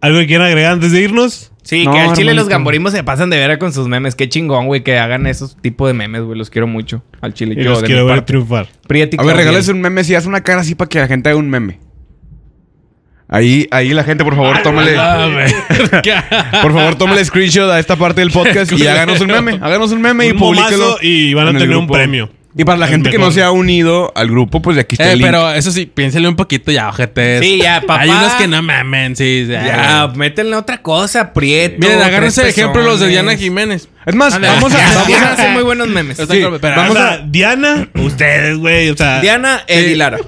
D: ¿Algo que quieran agregar antes de irnos?
C: Sí,
A: No,
C: que al chile
A: hermanito.
C: los gamborimos se pasan de vera con sus memes. Qué chingón, güey, que hagan esos tipos de memes, güey. Los quiero mucho. Al chile,
D: Y
C: yo,
D: los
C: de
D: quiero
C: mi
D: ver
C: parte.
D: triunfar.
C: Prieti
A: A ver,
C: Claudiel.
A: regales un meme. Si haz una cara así para que la gente haga un meme. Ahí, ahí la gente, por favor, tómale. Por favor, tómale screenshot a esta parte del podcast y háganos un meme. Háganos un meme y
D: Un momazo
A: publíquelo.
D: y van a
A: en el
D: tener un
A: grupo.
D: premio.
A: Y para la
D: El
A: gente que no
D: mejor.
A: se ha unido al grupo, pues aquí está
B: Eh,
A: el link.
B: pero eso sí, piénsele un poquito ya, ojetes.
C: Sí, ya, papá.
B: Hay unos que no mamen, sí. Ya.
C: Ya, métenle otra cosa, Prieto.
B: Miren,
C: tres
B: agárrense de ejemplo los de Diana
C: pezones.
B: Jiménez.
A: Es más,
B: Ándale.
A: vamos a,
C: Ya,
A: vamos
C: Diana
A: a-
C: hace muy buenos memes.
B: Está
A: Sí,
B: con- pero-
A: vamos
D: O sea, Diana, ustedes, güey. O sea,
C: Diana, Ed y Lara.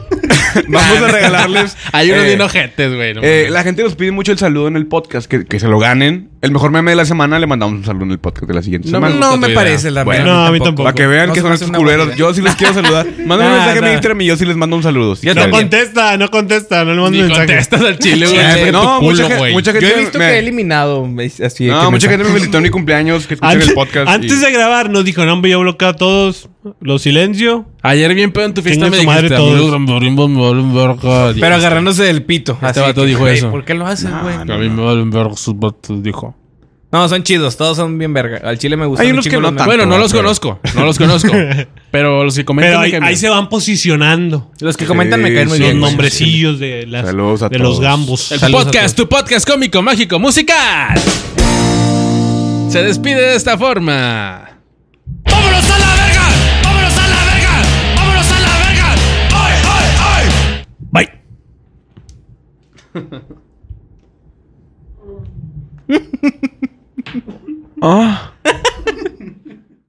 A: vamos a regalarles.
B: Hay unos
A: eh,
B: bien ojetes, güey. no
A: Eh,
B: mames.
A: la gente nos pide mucho el saludo en el podcast, que, que se lo ganen. el mejor meme de la semana le mandamos un saludo en el podcast de la siguiente
C: No,
A: semana.
C: no me parece la
A: Bueno,
C: mera.
D: no, a mí tampoco.
A: Para que vean
C: No
A: que
C: se
A: son
C: me hace
A: estos
C: una
A: culeros.
C: buena idea.
A: Yo sí les quiero saludar. Mándenme un
C: Nah,
A: mensaje a mi
C: nah.
A: Instagram y yo sí les mando un saludo. Si
C: Yo
D: No
A: quieren.
C: también.
D: contesta, no contesta, no le mando
E: Ni
D: mensaje.
E: contestas al chile, güey.
C: Sí,
E: Chécate
A: no,
E: tu
A: mucha
E: culo,
A: gente-
E: güey.
A: mucha gente-
C: Yo he visto
A: me-
C: que he eliminado. es Así de
A: No,
C: que
A: mucha
C: me-
A: gente me felicitó en mi cumpleaños que escuchan
D: Antes,
A: el podcast. y-
D: antes de grabar nos dijo, no, hombre, yo bloqueo a todos, los silencio.
B: Ayer bien pedo en tu fiesta
D: Chinga
B: me
D: su madre
B: dijiste...
D: todos.
C: Pero
B: Pero
C: agarrándose del pito.
B: Este
C: Así
B: vato
C: que,
B: dijo
C: güey,
B: eso.
C: ¿Por qué lo haces, güey?
B: A mí me vale un vergo sus vatos, dijo.
C: No, son chidos. Todos son bien verga. Al chile me gusta.
A: Hay unos que no tanto,
B: bueno, no
A: güey,
B: los
A: pero-
B: conozco, no los conozco. pero los que comentan
D: Pero
B: me
D: ahí,
B: caen
D: ahí
B: bien.
D: se van posicionando
C: Los que comentan me caen muy
A: Sí,
D: los
C: bien. güey.
D: nombrecillos de, las,
A: Saludos a
D: de
A: todos.
D: los gambos.
B: El
C: Saludos a
B: podcast, tu podcast cómico, mágico, musical. Se despide de esta forma.
F: ¡Vámonos a la verga! ¡Vámonos a la verga! ¡Vámonos a la verga! ¡Ay, ay, ay!
D: Bye.
A: Ah.